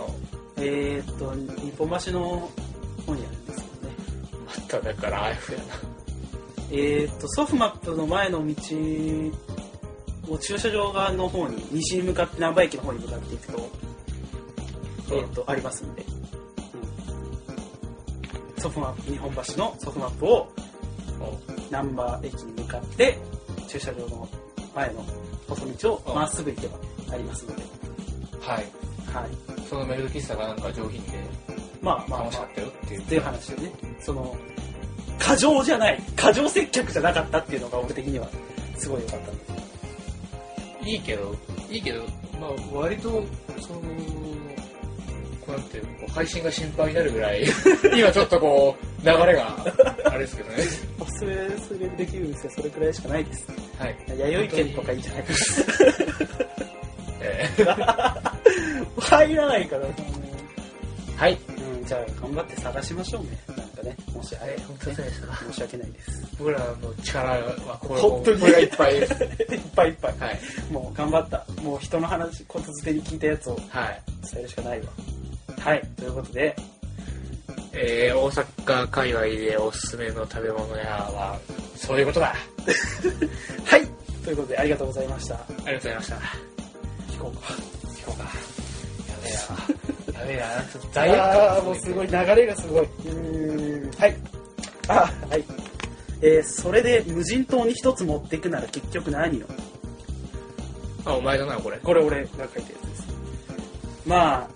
[SPEAKER 1] えーっと、日本橋の方にあるんですけどね。
[SPEAKER 2] まただからああいうふうやな
[SPEAKER 1] えーっと、ソフマップの前の道を駐車場側の方に、西に向かって、難波駅の方に向かっていくと、えーっと、ありますんで、うんソフマップ、日本橋のソフマップを難波駅に向かって、駐車場の前の細道をまっすぐ行けばありますので、
[SPEAKER 2] はい
[SPEAKER 1] はい。
[SPEAKER 2] そのメイド喫茶がなんか上品で
[SPEAKER 1] まあまあ、ま
[SPEAKER 2] 楽しか
[SPEAKER 1] あ
[SPEAKER 2] っ、たよっていう
[SPEAKER 1] っていう話よね。その、過剰じゃない、過剰接客じゃなかったっていうのが俺的には、すごい良かったんです。
[SPEAKER 2] いいけどいいけどまあ割とそのこうやってこう配信が心配になるぐらい 今ちょっとこう流れがあれですけどね
[SPEAKER 1] おすすめするできる店はそれくらいしかないです。
[SPEAKER 2] はい
[SPEAKER 1] 弥生県とかいいじゃないです
[SPEAKER 2] え
[SPEAKER 1] か。 入らないから。
[SPEAKER 2] ーはい
[SPEAKER 1] うん、じゃあ頑張って探しましょうね。なんかね、もしあれ、
[SPEAKER 2] 本当そうですか
[SPEAKER 1] 申し訳ないです。
[SPEAKER 2] 僕らの力はこれ
[SPEAKER 1] 本当に
[SPEAKER 2] これがいっぱいで す
[SPEAKER 1] いっぱいいっぱい。
[SPEAKER 2] はい
[SPEAKER 1] もう頑張った。もう人の話、ことづてに聞いたやつを
[SPEAKER 2] はい
[SPEAKER 1] 伝えるしかないわ。はい、ということで、
[SPEAKER 2] えー、大阪界隈でおすすめの食べ物屋はそういうことだあ
[SPEAKER 1] はいということでありがとうございました。
[SPEAKER 2] りがとうございました
[SPEAKER 1] 聞こうか。
[SPEAKER 2] 聞こうか やべえなやべえなちょっとダイエット
[SPEAKER 1] ああ、もうすごい、流れがすごい。うーん、はい。あはい。えー、それで無人島に一つ持っていくなら結局何を
[SPEAKER 2] あお前だなこれ
[SPEAKER 1] これ俺が書いたやつですまあ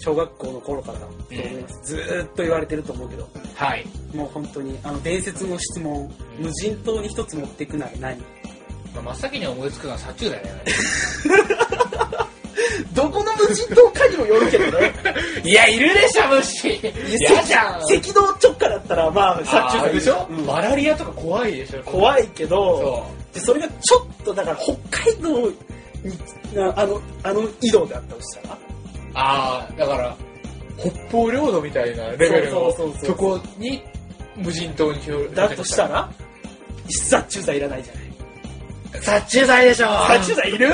[SPEAKER 1] 小学校の頃からだと思います、ずーっと言われてると思うけど
[SPEAKER 2] はい
[SPEAKER 1] もう本当にあの伝説の質問
[SPEAKER 2] うん
[SPEAKER 1] 無人島に一つ持っていくなら何
[SPEAKER 2] まあ、真っ先に思いつくのは殺虫剤だよ ね。
[SPEAKER 1] どこの無人島かにもよるけどね
[SPEAKER 2] いや、いるでしょ、虫嫌じゃん
[SPEAKER 1] 赤道直下だったらまあ殺虫
[SPEAKER 2] 殺
[SPEAKER 1] 剤
[SPEAKER 2] 虫剤でしょ、
[SPEAKER 1] うん
[SPEAKER 2] マラリアとか怖いでしょ
[SPEAKER 1] 怖いけど
[SPEAKER 2] そ
[SPEAKER 1] でそれがちょっとだから北海道にああのあの井戸であったとしたら
[SPEAKER 2] う。ああ、だから、北方領土みたいなレベルの
[SPEAKER 1] そうそうそうそう
[SPEAKER 2] とこに無人島に漂流
[SPEAKER 1] だとしたら殺虫剤いらないじゃない
[SPEAKER 2] 殺虫剤でしょ
[SPEAKER 1] 殺虫剤いる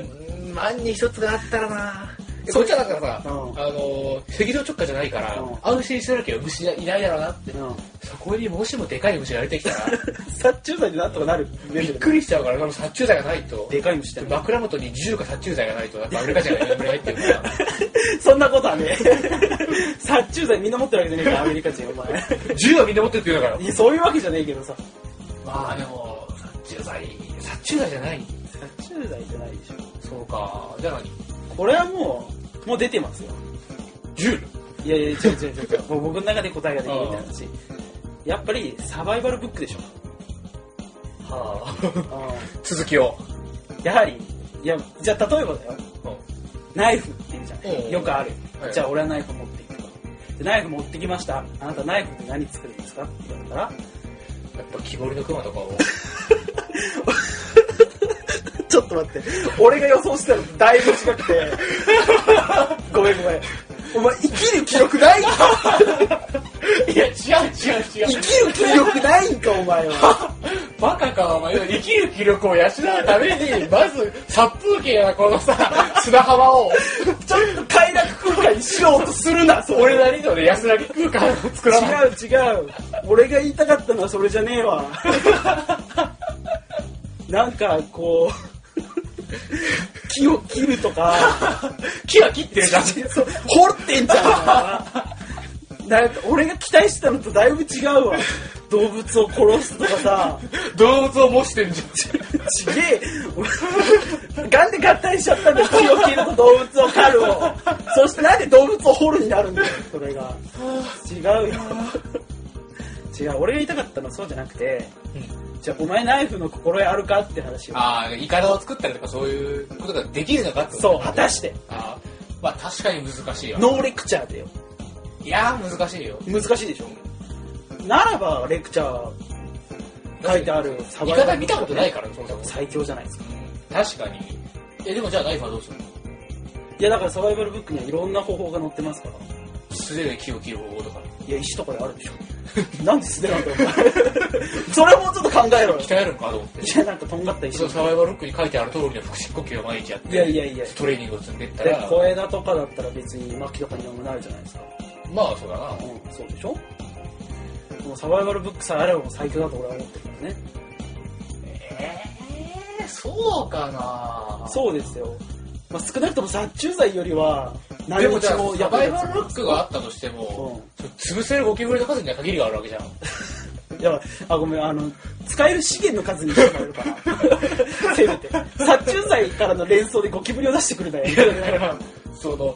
[SPEAKER 2] うん万に一つがあったらなそっちはだからさ、
[SPEAKER 1] うん
[SPEAKER 2] あのー赤道直下じゃないから、
[SPEAKER 1] うん
[SPEAKER 2] 安心してなきゃ虫いないだろうなって、
[SPEAKER 1] うん
[SPEAKER 2] そこにもしもでかい虫が出てきたら
[SPEAKER 1] 殺虫剤でなんとかなる
[SPEAKER 2] びっくりしちゃうから多分殺虫剤がないと
[SPEAKER 1] でかい虫だよ
[SPEAKER 2] 枕元に銃か殺虫剤がないと やっぱアメリカ人が眠れないっていうか
[SPEAKER 1] そんなことは ね殺虫剤みんな持ってるわけじゃねえからアメリカ人お
[SPEAKER 2] 銃はみんな持ってるって言うんだから
[SPEAKER 1] 前そういうわけじゃねえけどさ
[SPEAKER 2] まあでも殺虫剤殺虫剤じゃない
[SPEAKER 1] 殺虫剤じゃないでしょ
[SPEAKER 2] そうかじゃあ何
[SPEAKER 1] これはもうもう出てますよ
[SPEAKER 2] 銃
[SPEAKER 1] いやいや違う違う違う 違うもう僕の中で答えが出てるみたいな話やっぱりサバイバルブックでしょ
[SPEAKER 2] はあ 続きを
[SPEAKER 1] やはりいやじゃあ例えばだよ
[SPEAKER 2] う
[SPEAKER 1] ナイフって言うじゃ
[SPEAKER 2] うん
[SPEAKER 1] んよくある、
[SPEAKER 2] はい
[SPEAKER 1] じゃあ俺はナイフ持っていくとでナイフ持ってきましたあなたナイフで何作るんですかって言われたら
[SPEAKER 2] んやっぱ木彫りの熊とかを
[SPEAKER 1] ちょっと待って。俺が予想してたのだいぶ違くて。 ごめんごめん。お前生きる気力 ないんか
[SPEAKER 2] いや違う違う
[SPEAKER 1] 生
[SPEAKER 2] 違
[SPEAKER 1] きる気力ないんかお前は。
[SPEAKER 2] バカかお前生きる気力を養うためにまず殺風景なこのさ砂浜を
[SPEAKER 1] ちょっと快楽空間にしようとするな、それ。
[SPEAKER 2] 俺なりのね安らぎ空間を作らない
[SPEAKER 1] 違う違う。俺が言いたかったのはそれじゃねえ わ。なんかこう、 木を切るとか、
[SPEAKER 2] 木は切ってるじゃん
[SPEAKER 1] そう掘ってんじゃん。なんか俺が期待してたのとだいぶ違うわ。動物を殺すとかさ。
[SPEAKER 2] 動物を模してるじ
[SPEAKER 1] ちげえ俺ガンで合体しちゃったんだよ木を切ると動物を狩るをそしてなんで動物を掘るになるんだよそれが違うよ違う俺が言いたかったのはそうじゃなくて
[SPEAKER 2] ゃん、
[SPEAKER 1] じゃあお前ナイフの心得あるかって話を
[SPEAKER 2] ああイカダを作ったりとかそういうことができるのかってこと
[SPEAKER 1] そう果たして
[SPEAKER 2] あーまあ確かに難しいよ
[SPEAKER 1] ノーレクチャーでよ
[SPEAKER 2] いやー難しいよ
[SPEAKER 1] 難しいでしょならばレクチャー書いてあるサ
[SPEAKER 2] イ
[SPEAKER 1] バ
[SPEAKER 2] カ
[SPEAKER 1] イバ
[SPEAKER 2] ダ
[SPEAKER 1] ル
[SPEAKER 2] 見たことないからそもそも
[SPEAKER 1] 最強じゃないですか
[SPEAKER 2] 確かにえでもじゃあナイフはどうするの
[SPEAKER 1] いやだからサバイバルブックにはいろんな方法が載ってますから
[SPEAKER 2] 素手で木を切る方法とか
[SPEAKER 1] いや、石とかであるでし ょ。なんで素手なんだよ、お前。それもうちょっと考えろよ。
[SPEAKER 2] 鍛えるのかと思 って
[SPEAKER 1] いや、なんかとんがった石
[SPEAKER 2] そ。のサバイバルロックに書いてある通りの腹式呼吸を毎日やって
[SPEAKER 1] いやいやいや。
[SPEAKER 2] トレーニングを積んでいった
[SPEAKER 1] で
[SPEAKER 2] ら、
[SPEAKER 1] 小枝とかだったら別に薪とかにでもなるじゃないですか。
[SPEAKER 2] まあそうだな
[SPEAKER 1] うん、そうでしょもうサバイバルブックさえあればもう最強だと俺は思ってるからね。
[SPEAKER 2] えー、そうかな
[SPEAKER 1] そうですよ。まあ、少なくとも殺虫剤よりは、
[SPEAKER 2] で
[SPEAKER 1] 何
[SPEAKER 2] もじゃ
[SPEAKER 1] 日
[SPEAKER 2] あ
[SPEAKER 1] も
[SPEAKER 2] サ
[SPEAKER 1] や
[SPEAKER 2] バ
[SPEAKER 1] ば
[SPEAKER 2] イ
[SPEAKER 1] い
[SPEAKER 2] バ
[SPEAKER 1] や
[SPEAKER 2] ルロックがあったとしても、その潰せるゴキブリの数には限りがあるわけじゃん
[SPEAKER 1] つ。いや、あ、ごめん、あの、使える資源の数にしてもらえるから。 せめて。殺虫剤からの連想でゴキブリを出してくるなよ。
[SPEAKER 2] その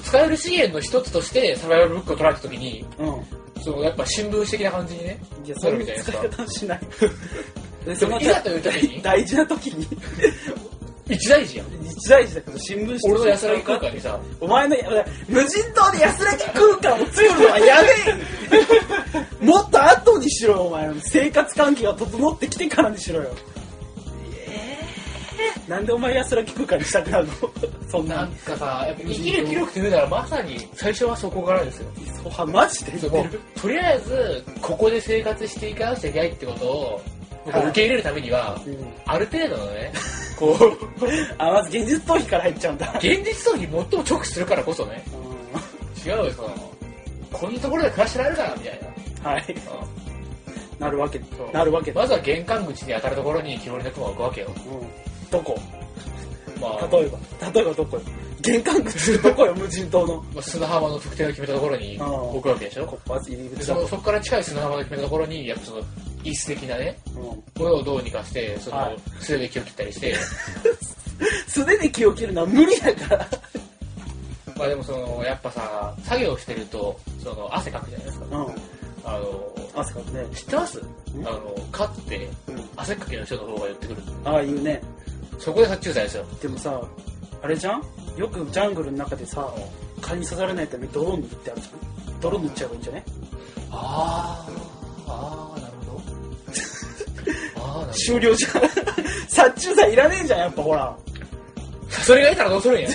[SPEAKER 2] 使える資源の一つとしてサバイバルブックを捉えた時に
[SPEAKER 1] うん。
[SPEAKER 2] そのやっぱ新聞紙的な感じにね
[SPEAKER 1] いや、そ
[SPEAKER 2] な
[SPEAKER 1] う
[SPEAKER 2] る
[SPEAKER 1] い
[SPEAKER 2] みたいうです
[SPEAKER 1] 使い
[SPEAKER 2] か
[SPEAKER 1] 方をしない。 で
[SPEAKER 2] で
[SPEAKER 1] そ
[SPEAKER 2] も
[SPEAKER 1] の
[SPEAKER 2] いざという時に
[SPEAKER 1] 大事な時に、
[SPEAKER 2] 一大事やん
[SPEAKER 1] 一大事だけど、新聞紙
[SPEAKER 2] 俺の安らぎ空間にさ
[SPEAKER 1] お前の、無人島で安らぎ空間を作るのはや べえもっと後にしろよ、お前。生活環境が整ってきてからにしろよ。なんでお前安らぎ空間にしたくなるのそん
[SPEAKER 2] な。
[SPEAKER 1] なん
[SPEAKER 2] かさやっぱ生きる気力というならまさに最初はそこからですよ
[SPEAKER 1] そはマジで言
[SPEAKER 2] そ
[SPEAKER 1] って
[SPEAKER 2] の
[SPEAKER 1] る。
[SPEAKER 2] とりあえずここで生活していかなくちゃいけないってことを僕は受け入れるためには
[SPEAKER 1] うん
[SPEAKER 2] ある程度のねこう
[SPEAKER 1] あ、まず現実逃避から入っちゃうんだ。
[SPEAKER 2] 現実逃避最も直視するからこそね
[SPEAKER 1] うん
[SPEAKER 2] 違うよそのこんなところで暮らしてられるかなみたいな
[SPEAKER 1] はい。
[SPEAKER 2] う
[SPEAKER 1] なるわけ
[SPEAKER 2] そ。う
[SPEAKER 1] なるわけ
[SPEAKER 2] ん。まずは玄関口に当たるところに木彫りの雲が置くわけよ
[SPEAKER 1] うんどこ
[SPEAKER 2] まあ
[SPEAKER 1] 例えば例えばどこよ玄関口ど こよ無人島の
[SPEAKER 2] まあ砂浜の特定を決めたところに
[SPEAKER 1] ああ
[SPEAKER 2] 置くわけでしょ
[SPEAKER 1] こ入り
[SPEAKER 2] で
[SPEAKER 1] 口
[SPEAKER 2] そ
[SPEAKER 1] だ
[SPEAKER 2] の
[SPEAKER 1] と
[SPEAKER 2] そこから近い砂浜で決めたところにやっぱその椅子的なね
[SPEAKER 1] うん
[SPEAKER 2] これをどうにかしてそ
[SPEAKER 1] は
[SPEAKER 2] の
[SPEAKER 1] い
[SPEAKER 2] 素手で木を切ったり して
[SPEAKER 1] 素手で気を切るのは無理だから
[SPEAKER 2] まあでもそのやっぱさ作業してるとその汗かくじゃないですか
[SPEAKER 1] うん
[SPEAKER 2] あの
[SPEAKER 1] 汗かくね
[SPEAKER 2] 知ってますあの飼って
[SPEAKER 1] うん
[SPEAKER 2] 汗っかきの人の方が寄ってくる
[SPEAKER 1] ああいうね
[SPEAKER 2] そこで殺虫剤ですよ
[SPEAKER 1] でもさあれじゃんよくジャングルの中でさ蚊に刺されないために泥塗ってあるじゃん泥塗っちゃえばいいんじゃね
[SPEAKER 2] あー あーなるほどああなる
[SPEAKER 1] 終了じゃん 殺虫剤いらねえじゃんやっぱほら
[SPEAKER 2] ほどサソリがいたらどうするんや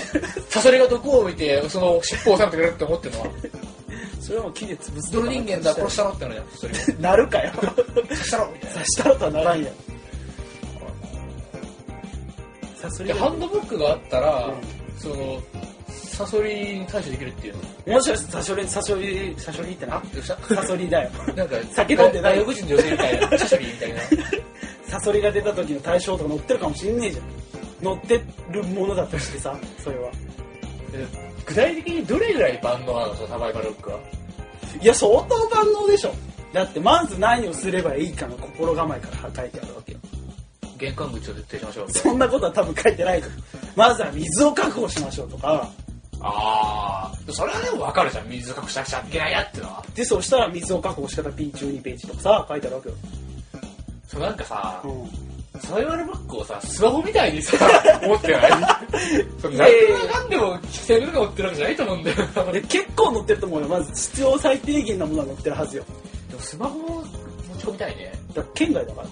[SPEAKER 2] サソリが毒を見てその尻尾を収めてくれるって思ってるのは
[SPEAKER 1] それはもう木で潰すと
[SPEAKER 2] 泥
[SPEAKER 1] か
[SPEAKER 2] 人間 だ殺したろってのやサソリ
[SPEAKER 1] なるかよ
[SPEAKER 2] 殺したろみたいな
[SPEAKER 1] 刺したらとはならんやんかそれ
[SPEAKER 2] で
[SPEAKER 1] が
[SPEAKER 2] ハンドブックがあったら、
[SPEAKER 1] うん
[SPEAKER 2] そのサソリに対処できるっていうの
[SPEAKER 1] 面白いですサショリサショリサショリってな
[SPEAKER 2] あどうした
[SPEAKER 1] サソリ だよ
[SPEAKER 2] なんか
[SPEAKER 1] 酒飲んでない
[SPEAKER 2] 外国人女性みたいなサソリみたいな
[SPEAKER 1] サソリが出た時の対象とか載ってるかもしんねえじゃん載ってるものだとしてさそれは
[SPEAKER 2] え具体的にどれぐらい万能なのそのサバイバルロックはい
[SPEAKER 1] や相当万能でしょだってまず何をすればいいかの心構えから書いてあるわけよ
[SPEAKER 2] 玄関口を徹底しましょう
[SPEAKER 1] そんなことは多分書いてないからまずは水を確保しましょうとか
[SPEAKER 2] ああそれはでも分かるじゃん水隠しなくちゃいけないやってのは
[SPEAKER 1] でそうしたら水を確保し方 P12 ページとかさ書いてあるわけよ、
[SPEAKER 2] そうなんかさ、
[SPEAKER 1] うん
[SPEAKER 2] サバイバルバッグをさスマホみたい にさ持ってないそんな
[SPEAKER 1] ええ
[SPEAKER 2] 何でも規制とか持ってるわけじゃないと思うんだよな
[SPEAKER 1] で結構載ってると思うよまず必要最低限なものは載ってるはずよ
[SPEAKER 2] でもスマホも持ち込みたいね
[SPEAKER 1] だから県外だから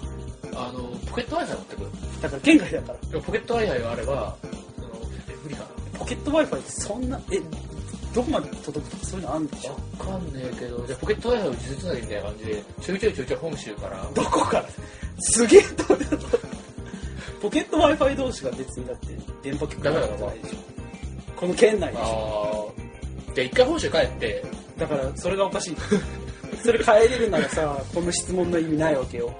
[SPEAKER 2] あのポケット Wi-Fi 持ってくる
[SPEAKER 1] だから県外だから
[SPEAKER 2] でもポケット Wi-Fi があればそのえ無理かな
[SPEAKER 1] ポケット Wi-Fi ってそんなえどこまで届くとかそういうのあるんでしょ
[SPEAKER 2] わかんねえけど、じゃあポケット Wi-Fi を実つなぎみたいな感じで、ちょいちょいちょいちょい本州から、
[SPEAKER 1] どこからすげえとポケット Wi-Fi 同士が別にだって電波局
[SPEAKER 2] だから
[SPEAKER 1] じゃないでしょこの県内でしょ
[SPEAKER 2] あーで、一回本州帰って、
[SPEAKER 1] だからそれがおかしいそれ帰れるならさこの質問の意味ないわけよ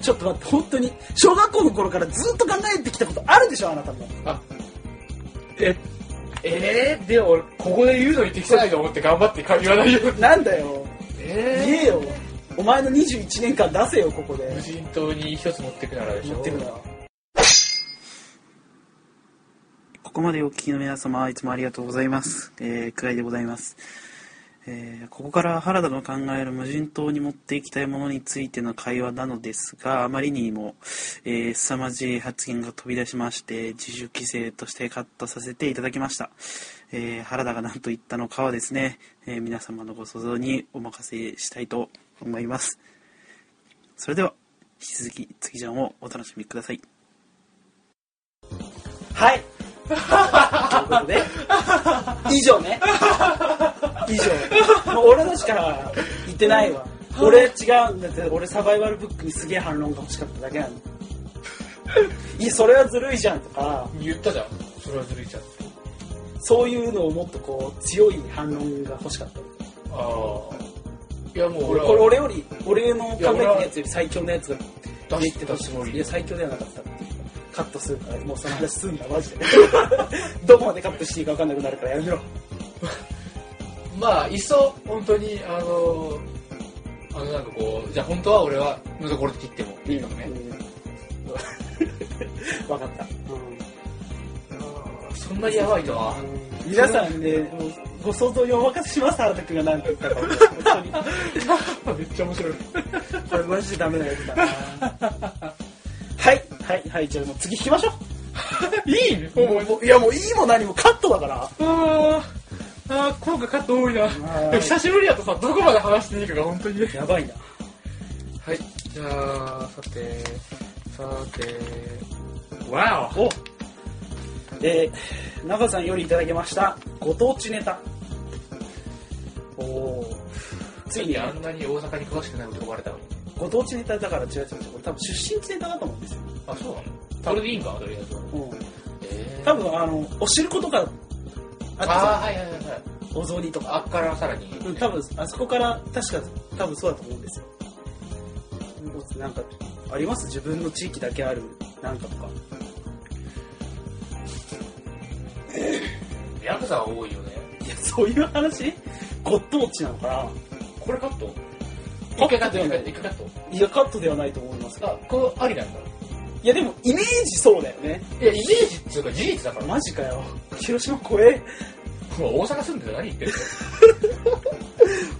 [SPEAKER 1] ちょっと待って本当に小学校の頃からずっと考えてきたことあるでしょあなたも
[SPEAKER 2] あ、え、えー、で、俺、ここで言うのに適さないと思って頑張って言わないように。
[SPEAKER 1] なんだよ言え
[SPEAKER 2] え
[SPEAKER 1] よお前の21年間出せよここで
[SPEAKER 2] 無人島に一つ持ってくならでしょ。
[SPEAKER 1] 持ってくなここまでお聞きの皆様いつもありがとうございます、えー、くらいでございます、えーここから原田の考える無人島に持っていきたいものについての会話なのですがあまりにも、えー、凄まじい発言が飛び出しまして自主規制としてカットさせていただきました、えー原田が何と言ったのかはですね、えー皆様のご想像にお任せしたいと思いますそれでは引き続き次ジャンをお楽しみくださいはいということで以上ね以上もう俺のしか言ってないわ俺違うんだって俺サバイバルブックにすげえ反論が欲しかっただけなのいやそれはずるいじゃんとか
[SPEAKER 2] 言ったじゃん。それはずるいじゃん。
[SPEAKER 1] そういうのをもっとこう強い反論が欲しかった
[SPEAKER 2] あーいや、もう
[SPEAKER 1] 俺
[SPEAKER 2] 俺は、
[SPEAKER 1] これ俺より俺の考えてるやつより最強のやつが
[SPEAKER 2] 出
[SPEAKER 1] で
[SPEAKER 2] し
[SPEAKER 1] きて
[SPEAKER 2] て
[SPEAKER 1] た
[SPEAKER 2] た
[SPEAKER 1] つ
[SPEAKER 2] つ
[SPEAKER 1] も
[SPEAKER 2] も
[SPEAKER 1] りい
[SPEAKER 2] りで
[SPEAKER 1] や最強ではなかったっていうカットするからもうその話すんなマジで どこまでカットしていいか分かんなくなるからやめろ
[SPEAKER 2] まあいっそ本当にあのあのなんかこうじゃあ本当は俺はのところで切ってもいいかもね、
[SPEAKER 1] 分かった、
[SPEAKER 2] そんなにやばいとは
[SPEAKER 1] 皆さんねもうご想像にお任せします原田君が何て言ったか本当に
[SPEAKER 2] めっちゃ面白い
[SPEAKER 1] これマジでダメなやつだな はいはいはいじゃあもう次引きましょ
[SPEAKER 2] いいね
[SPEAKER 1] うもう もういやもういいも何もカットだから
[SPEAKER 2] あーあー今回カット多いな
[SPEAKER 1] ー
[SPEAKER 2] でも久しぶりやとさどこまで話していいかが本当に
[SPEAKER 1] やばいな
[SPEAKER 2] はいじゃあさてさてわ
[SPEAKER 1] おえー、中さんよりいただきましたご当地ネタおお
[SPEAKER 2] お
[SPEAKER 1] つ
[SPEAKER 2] つ
[SPEAKER 1] い
[SPEAKER 2] い
[SPEAKER 1] に
[SPEAKER 2] にあんなに大阪に詳しくないことがバレたのに
[SPEAKER 1] ご当地ネタだから違う違う違うこれ多分出身地ネタだと思うんですよ、
[SPEAKER 2] あそうなのそれでいいんかとりあえず
[SPEAKER 1] うん、
[SPEAKER 2] えー
[SPEAKER 1] 多分あのお汁粉とかあ
[SPEAKER 2] あ
[SPEAKER 1] っ
[SPEAKER 2] ー
[SPEAKER 1] たさ
[SPEAKER 2] はいはいはいはい
[SPEAKER 1] お雑煮とか
[SPEAKER 2] あっからさらに
[SPEAKER 1] うん多分あそこから確か多分そうだと思うんですよなんかあります自分の地域だけあるなんかとか
[SPEAKER 2] ヤクザは多いよね
[SPEAKER 1] いやそういう話ご当地なのかな
[SPEAKER 2] これカット
[SPEAKER 1] カ
[SPEAKER 2] 一
[SPEAKER 1] ット
[SPEAKER 2] 回カット
[SPEAKER 1] では
[SPEAKER 2] 一
[SPEAKER 1] ない
[SPEAKER 2] 回カット
[SPEAKER 1] いやカットではないと思いますが
[SPEAKER 2] あこれありなんだ
[SPEAKER 1] いやでもイメージそうだよね
[SPEAKER 2] いやイメージっつうか事実だから
[SPEAKER 1] マジかよ。広島怖え。
[SPEAKER 2] 大阪住んでて何言ってる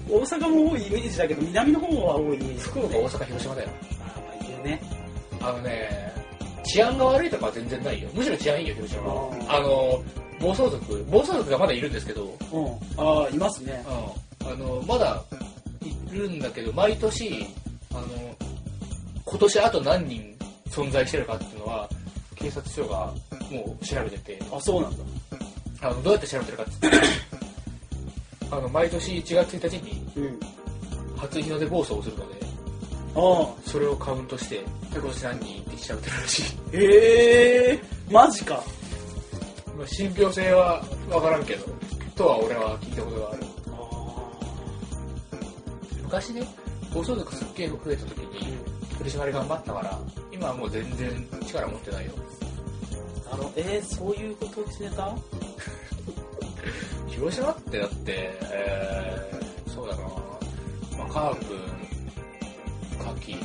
[SPEAKER 2] の
[SPEAKER 1] 大阪も多いイメージだけど、南の方は多いイメージ。
[SPEAKER 2] 福岡大阪広島だよ
[SPEAKER 1] まあまあ言うね。
[SPEAKER 2] あのね治安が悪いとかは全然ないよむしろ治安いいよ広島はあの暴走族暴走族がまだいるんですけど、うん、
[SPEAKER 1] うん。ああ、いますね。
[SPEAKER 2] あのまだいるんだけど毎年あの今年あと何人存在してるかっていうのは警察署がもう調べてて
[SPEAKER 1] あ、そうなんだ。
[SPEAKER 2] あのどうやって調べてるかって言ってあの毎年1月1日に
[SPEAKER 1] うん。
[SPEAKER 2] 初日の出暴走をするので
[SPEAKER 1] ああ。
[SPEAKER 2] それをカウントして今年何人って調べてるらしい
[SPEAKER 1] へえ。マジか
[SPEAKER 2] まあ、信憑性は分からんけどとは俺は聞いたことがある
[SPEAKER 1] あー
[SPEAKER 2] 昔ね暴走族すっげえ増えた時に取り締まり頑張ったから今はもう全然力持ってないよ
[SPEAKER 1] あのえー、そういうことを決めた
[SPEAKER 2] 広島ってだって、えーそうだなまあカープ牡蠣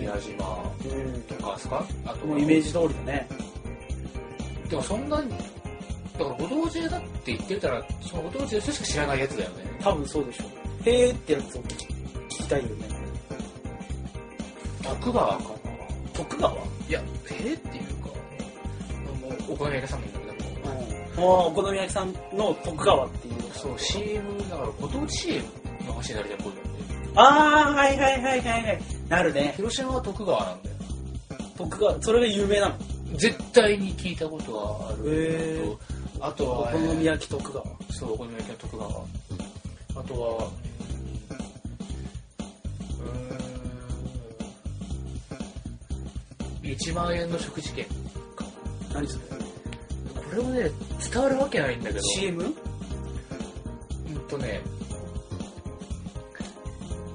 [SPEAKER 2] 宮島
[SPEAKER 1] う
[SPEAKER 2] とかですかあと
[SPEAKER 1] んもうイメージ通りだね
[SPEAKER 2] でもそんなにだからご当地だって言ってみたらそのご当地の人しか知らないやつだよね
[SPEAKER 1] 多分そうでしょへーってやつを聞き聞きたいよね
[SPEAKER 2] 徳川かな
[SPEAKER 1] 徳川うん
[SPEAKER 2] いやへえっていうかもうお金がさんなんだけども
[SPEAKER 1] もうお好み焼きさんの徳川っていう
[SPEAKER 2] そう、CM、だからご当地 CM の話になるじゃん、こういうのって。
[SPEAKER 1] ああはいはいはいはいはいなるね
[SPEAKER 2] 広島は徳川なんだよ。
[SPEAKER 1] 徳川それが有名なの
[SPEAKER 2] 絶対に聞いたことはあるのと、あと
[SPEAKER 1] お
[SPEAKER 2] は、
[SPEAKER 1] 好み焼き徳川
[SPEAKER 2] き。そう、お好み焼きの徳川。あとは、うーん、1万円の食事券。
[SPEAKER 1] 何それ
[SPEAKER 2] これもね、伝わるわけないんだけど、
[SPEAKER 1] CM?
[SPEAKER 2] うんとね、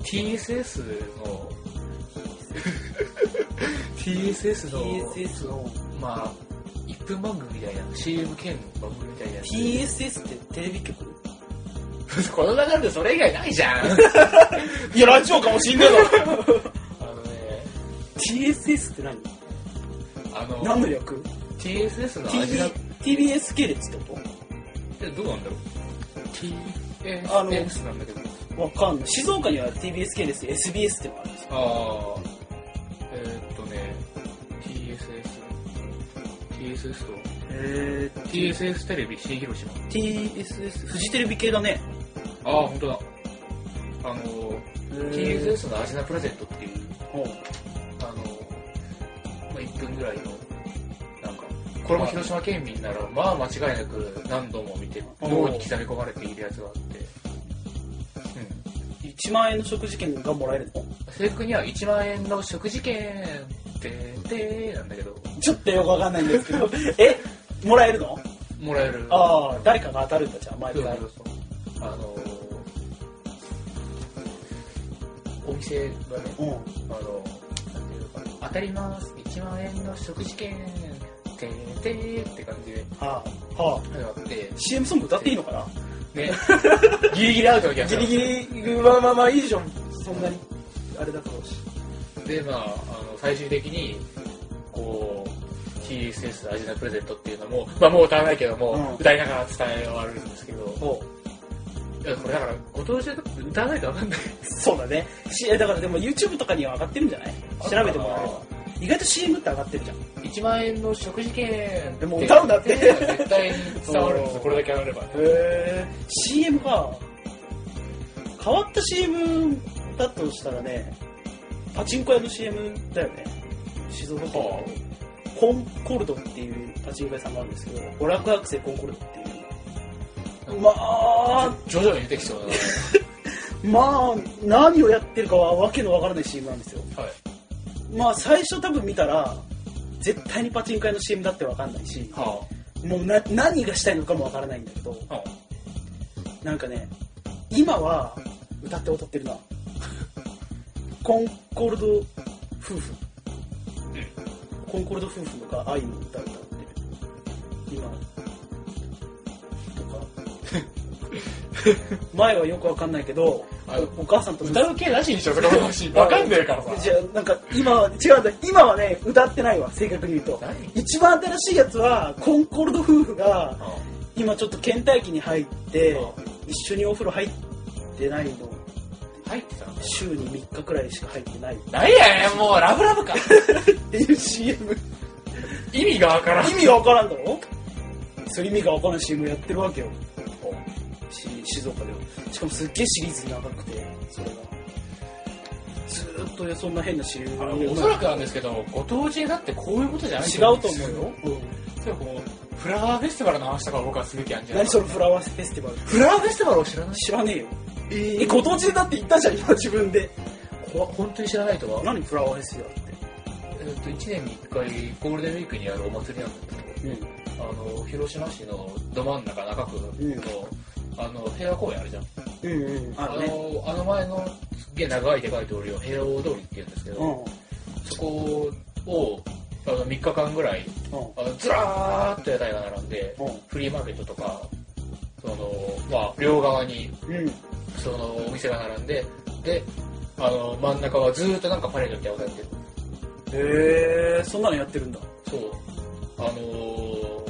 [SPEAKER 2] TSS の、TSS の、
[SPEAKER 1] TSS の
[SPEAKER 2] まあ、1分番組みたいな、CM 兼番組みたいな。
[SPEAKER 1] TSS ってテレビ局
[SPEAKER 2] この中でそれ以外ないじゃん
[SPEAKER 1] いやラジオかもしんねえだろ
[SPEAKER 2] あのね、
[SPEAKER 1] TSS って何
[SPEAKER 2] あの、
[SPEAKER 1] 何の略
[SPEAKER 2] TSS の味
[SPEAKER 1] TB
[SPEAKER 2] だっ
[SPEAKER 1] ?TBS 系列ってこ
[SPEAKER 2] てどうなんだろう
[SPEAKER 1] あの
[SPEAKER 2] ?TSS なんだけど。
[SPEAKER 1] とわかんない静岡には TBS 系列で SBS ってのがあるんですよ
[SPEAKER 2] ああ、えーっとね、TSS。TSS と、
[SPEAKER 1] へ
[SPEAKER 2] TSS テレビ C 広島。
[SPEAKER 1] TSS フジテレビ系だね
[SPEAKER 2] ああ、本当だ。あの、TSS のアジナプレゼントっていう、
[SPEAKER 1] ほう
[SPEAKER 2] あの、まあ、1分ぐらいの、なんか、これも広島県民なら、まあ間違いなく何度も見て、
[SPEAKER 1] おー
[SPEAKER 2] 脳に刻み込まれているやつがあって、うん。
[SPEAKER 1] 1万円の食事券がもらえるの
[SPEAKER 2] 制服には1万円の食事券って、でなんだけど、
[SPEAKER 1] ちょっとよくわかんないんですけど えもらえるの
[SPEAKER 2] もらえる。
[SPEAKER 1] ああ誰かが当たるんだじゃあ毎
[SPEAKER 2] そうそ
[SPEAKER 1] 回
[SPEAKER 2] うそうあのお店がね、
[SPEAKER 1] うん
[SPEAKER 2] あの、なんていうのかな、当たります、1万円の食事券、てーてーって感じで
[SPEAKER 1] はあはあ
[SPEAKER 2] 始まって、
[SPEAKER 1] CM ソング歌っていいのかな
[SPEAKER 2] ね、ギリギリアウトの気がす
[SPEAKER 1] ギ
[SPEAKER 2] る。
[SPEAKER 1] リギリまあまあまあいいでしょそんなにあれだと思うし
[SPEAKER 2] で、まあ、あの最終的に、こう、TSS アジナプレゼントっていうのも、まあもう歌わないけども、
[SPEAKER 1] うん
[SPEAKER 2] 歌いながら伝え終わるんですけど、
[SPEAKER 1] ほう
[SPEAKER 2] いやこれだから、ご当地だと歌わないとわかんない。
[SPEAKER 1] そうだねしだからでも YouTube とかには上がってるんじゃない 調べてもらえれば意外と CM って上がってるじゃん
[SPEAKER 2] 1万円の食事券
[SPEAKER 1] でも歌うんだって
[SPEAKER 2] 絶対に伝わるんで
[SPEAKER 1] そ
[SPEAKER 2] す
[SPEAKER 1] う
[SPEAKER 2] よこれだけ上がれば
[SPEAKER 1] へえ CM が変わった CM だとしたらねパチンコ屋の CM だよね静岡県
[SPEAKER 2] は
[SPEAKER 1] コンコルドっていうパチンコ屋さんがあるんですけど娯楽学生コンコルドっていうまあ
[SPEAKER 2] 徐々に出てきそうだ
[SPEAKER 1] まあ何をやってるかはわけのわからない CM なんですよ
[SPEAKER 2] なはい
[SPEAKER 1] まあ最初多分見たら絶対にパチンコ屋の CM だってわかんないし
[SPEAKER 2] は
[SPEAKER 1] もうな何がしたいのかもわからないんだけど
[SPEAKER 2] あは
[SPEAKER 1] なんかね、今は歌って踊ってるな。コンコルド夫婦。コンコルド夫婦とか愛の歌歌ってる。今。とか。前はよくわかんないけど
[SPEAKER 2] あ、
[SPEAKER 1] おお母さんと
[SPEAKER 2] 歌う系なしにしようそこ の話わかんねえから
[SPEAKER 1] じ
[SPEAKER 2] さ
[SPEAKER 1] ゃあなんか今は違うんだ今はね歌ってないわ正確に言うと
[SPEAKER 2] 何
[SPEAKER 1] 一番新しいやつはコンコルド夫婦が
[SPEAKER 2] は
[SPEAKER 1] 今ちょっと倦怠期に入って、
[SPEAKER 2] うん
[SPEAKER 1] 一緒にお風呂入ってないの
[SPEAKER 2] あ入ってたの
[SPEAKER 1] 週に3日くらいしか入ってないっ
[SPEAKER 2] 何やねんもうラブラブか
[SPEAKER 1] ていう CM
[SPEAKER 2] 意味がわか らん
[SPEAKER 1] 意味がわからんだろそう意味がわからん CM やってるわけよし静岡ではしかもすっげえシリーズ長くてそれがずーっとねそんな変な CM
[SPEAKER 2] あ
[SPEAKER 1] を
[SPEAKER 2] のおそらくなんですけどご当地だってこういうことじゃない
[SPEAKER 1] 違うと思うよ、
[SPEAKER 2] でもこうフラワーフェスティバルの話とか僕はすべきやんじ
[SPEAKER 1] う
[SPEAKER 2] ゃ
[SPEAKER 1] ん、
[SPEAKER 2] ない
[SPEAKER 1] 何そのフラワーフェスティバル
[SPEAKER 2] フラワーフェスティバルを知らない
[SPEAKER 1] 知らねえよえご当地だって言ったじゃん今自分で
[SPEAKER 2] こわ本当に知らないとは
[SPEAKER 1] 何フラワーフェスティバルって
[SPEAKER 2] えっと1年に1回ゴールデンウィークにあるお祭りなんだけどあの広島市のど真ん中中区の、
[SPEAKER 1] うん
[SPEAKER 2] あの平和公園あるじゃん
[SPEAKER 1] うんうんあ
[SPEAKER 2] あ
[SPEAKER 1] るね
[SPEAKER 2] のあの前のすっげえ長いでかい通りを平和大通りって言うんですけど、
[SPEAKER 1] うんうん
[SPEAKER 2] そこをあの3日間ぐらいあのずらーっと屋台が並んでフリーマーケットとかその、まあ、両側に
[SPEAKER 1] うんうん
[SPEAKER 2] そのお店が並んでであの真ん中はずーっとなんかパレードみたいなことやってる
[SPEAKER 1] へえそんなのやってるんだ
[SPEAKER 2] そうあのー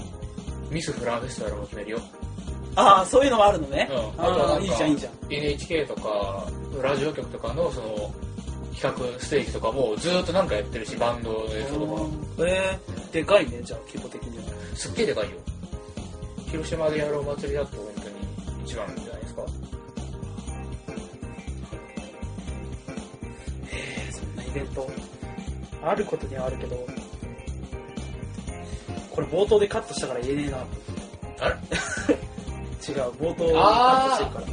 [SPEAKER 2] ミスフランフェスティバルも決めるよ
[SPEAKER 1] ああそういうのもあるのね
[SPEAKER 2] うんあとは
[SPEAKER 1] ああ
[SPEAKER 2] なんか
[SPEAKER 1] いいじゃんいいじゃん
[SPEAKER 2] NHK とかラジオ局とかのその企画ステージとかもずーっとなんかやってるしバンドの映像とか
[SPEAKER 1] えー、でかいねじゃあ規模的には
[SPEAKER 2] すっげえでかいよ広島でやるお祭りだと本当に一番じゃないですか
[SPEAKER 1] えーそんなイベントあることにはあるけどこれ冒頭でカットしたから言えねえな
[SPEAKER 2] あれ
[SPEAKER 1] 違う冒頭カットしてるから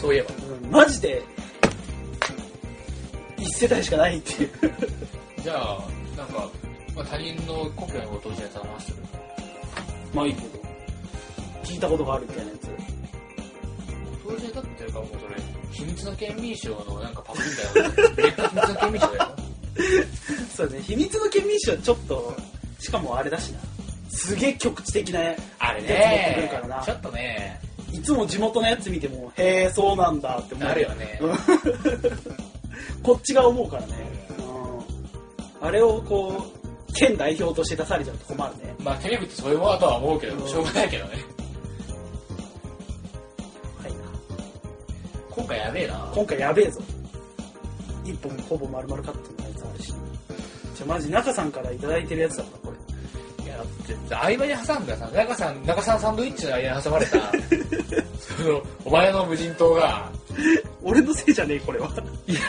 [SPEAKER 2] そういえば
[SPEAKER 1] うんマジで一世帯しかないっていう
[SPEAKER 2] じゃあなんか、まあ、他人の故郷のご当地ネタの話する
[SPEAKER 1] まあいいけど聞いたことがあるみたいなやつ
[SPEAKER 2] ご当地ネタっていうかもうそれ秘密の県民賞のなんかパクリみたいな別の秘密の県民賞だよ
[SPEAKER 1] そうね秘密の県民賞ちょっとしかもあれだしなすげえ局地的なや
[SPEAKER 2] あれ
[SPEAKER 1] つ持ってくるから
[SPEAKER 2] ね
[SPEAKER 1] な
[SPEAKER 2] ちょっとね
[SPEAKER 1] いつも地元のやつ見てもへえそうなんだって思う
[SPEAKER 2] なるよね
[SPEAKER 1] うんこっちが思うからね、うん、あれをこう県代表として出されちゃうと困るね
[SPEAKER 2] まあテレビってそういうものだとは思うけどしょうがないけどね
[SPEAKER 1] はい
[SPEAKER 2] 今回やべえな
[SPEAKER 1] 今回やべえぞ一本ほぼ丸々カットのやつあるしじゃあマジ中さんから頂いただいてるやつだったこれ
[SPEAKER 2] いやだって合間に挟んださ中さん中さんサンドイッチの間に挟まれたそのお前の無人島が
[SPEAKER 1] 俺のせいじゃねえこれはい
[SPEAKER 2] や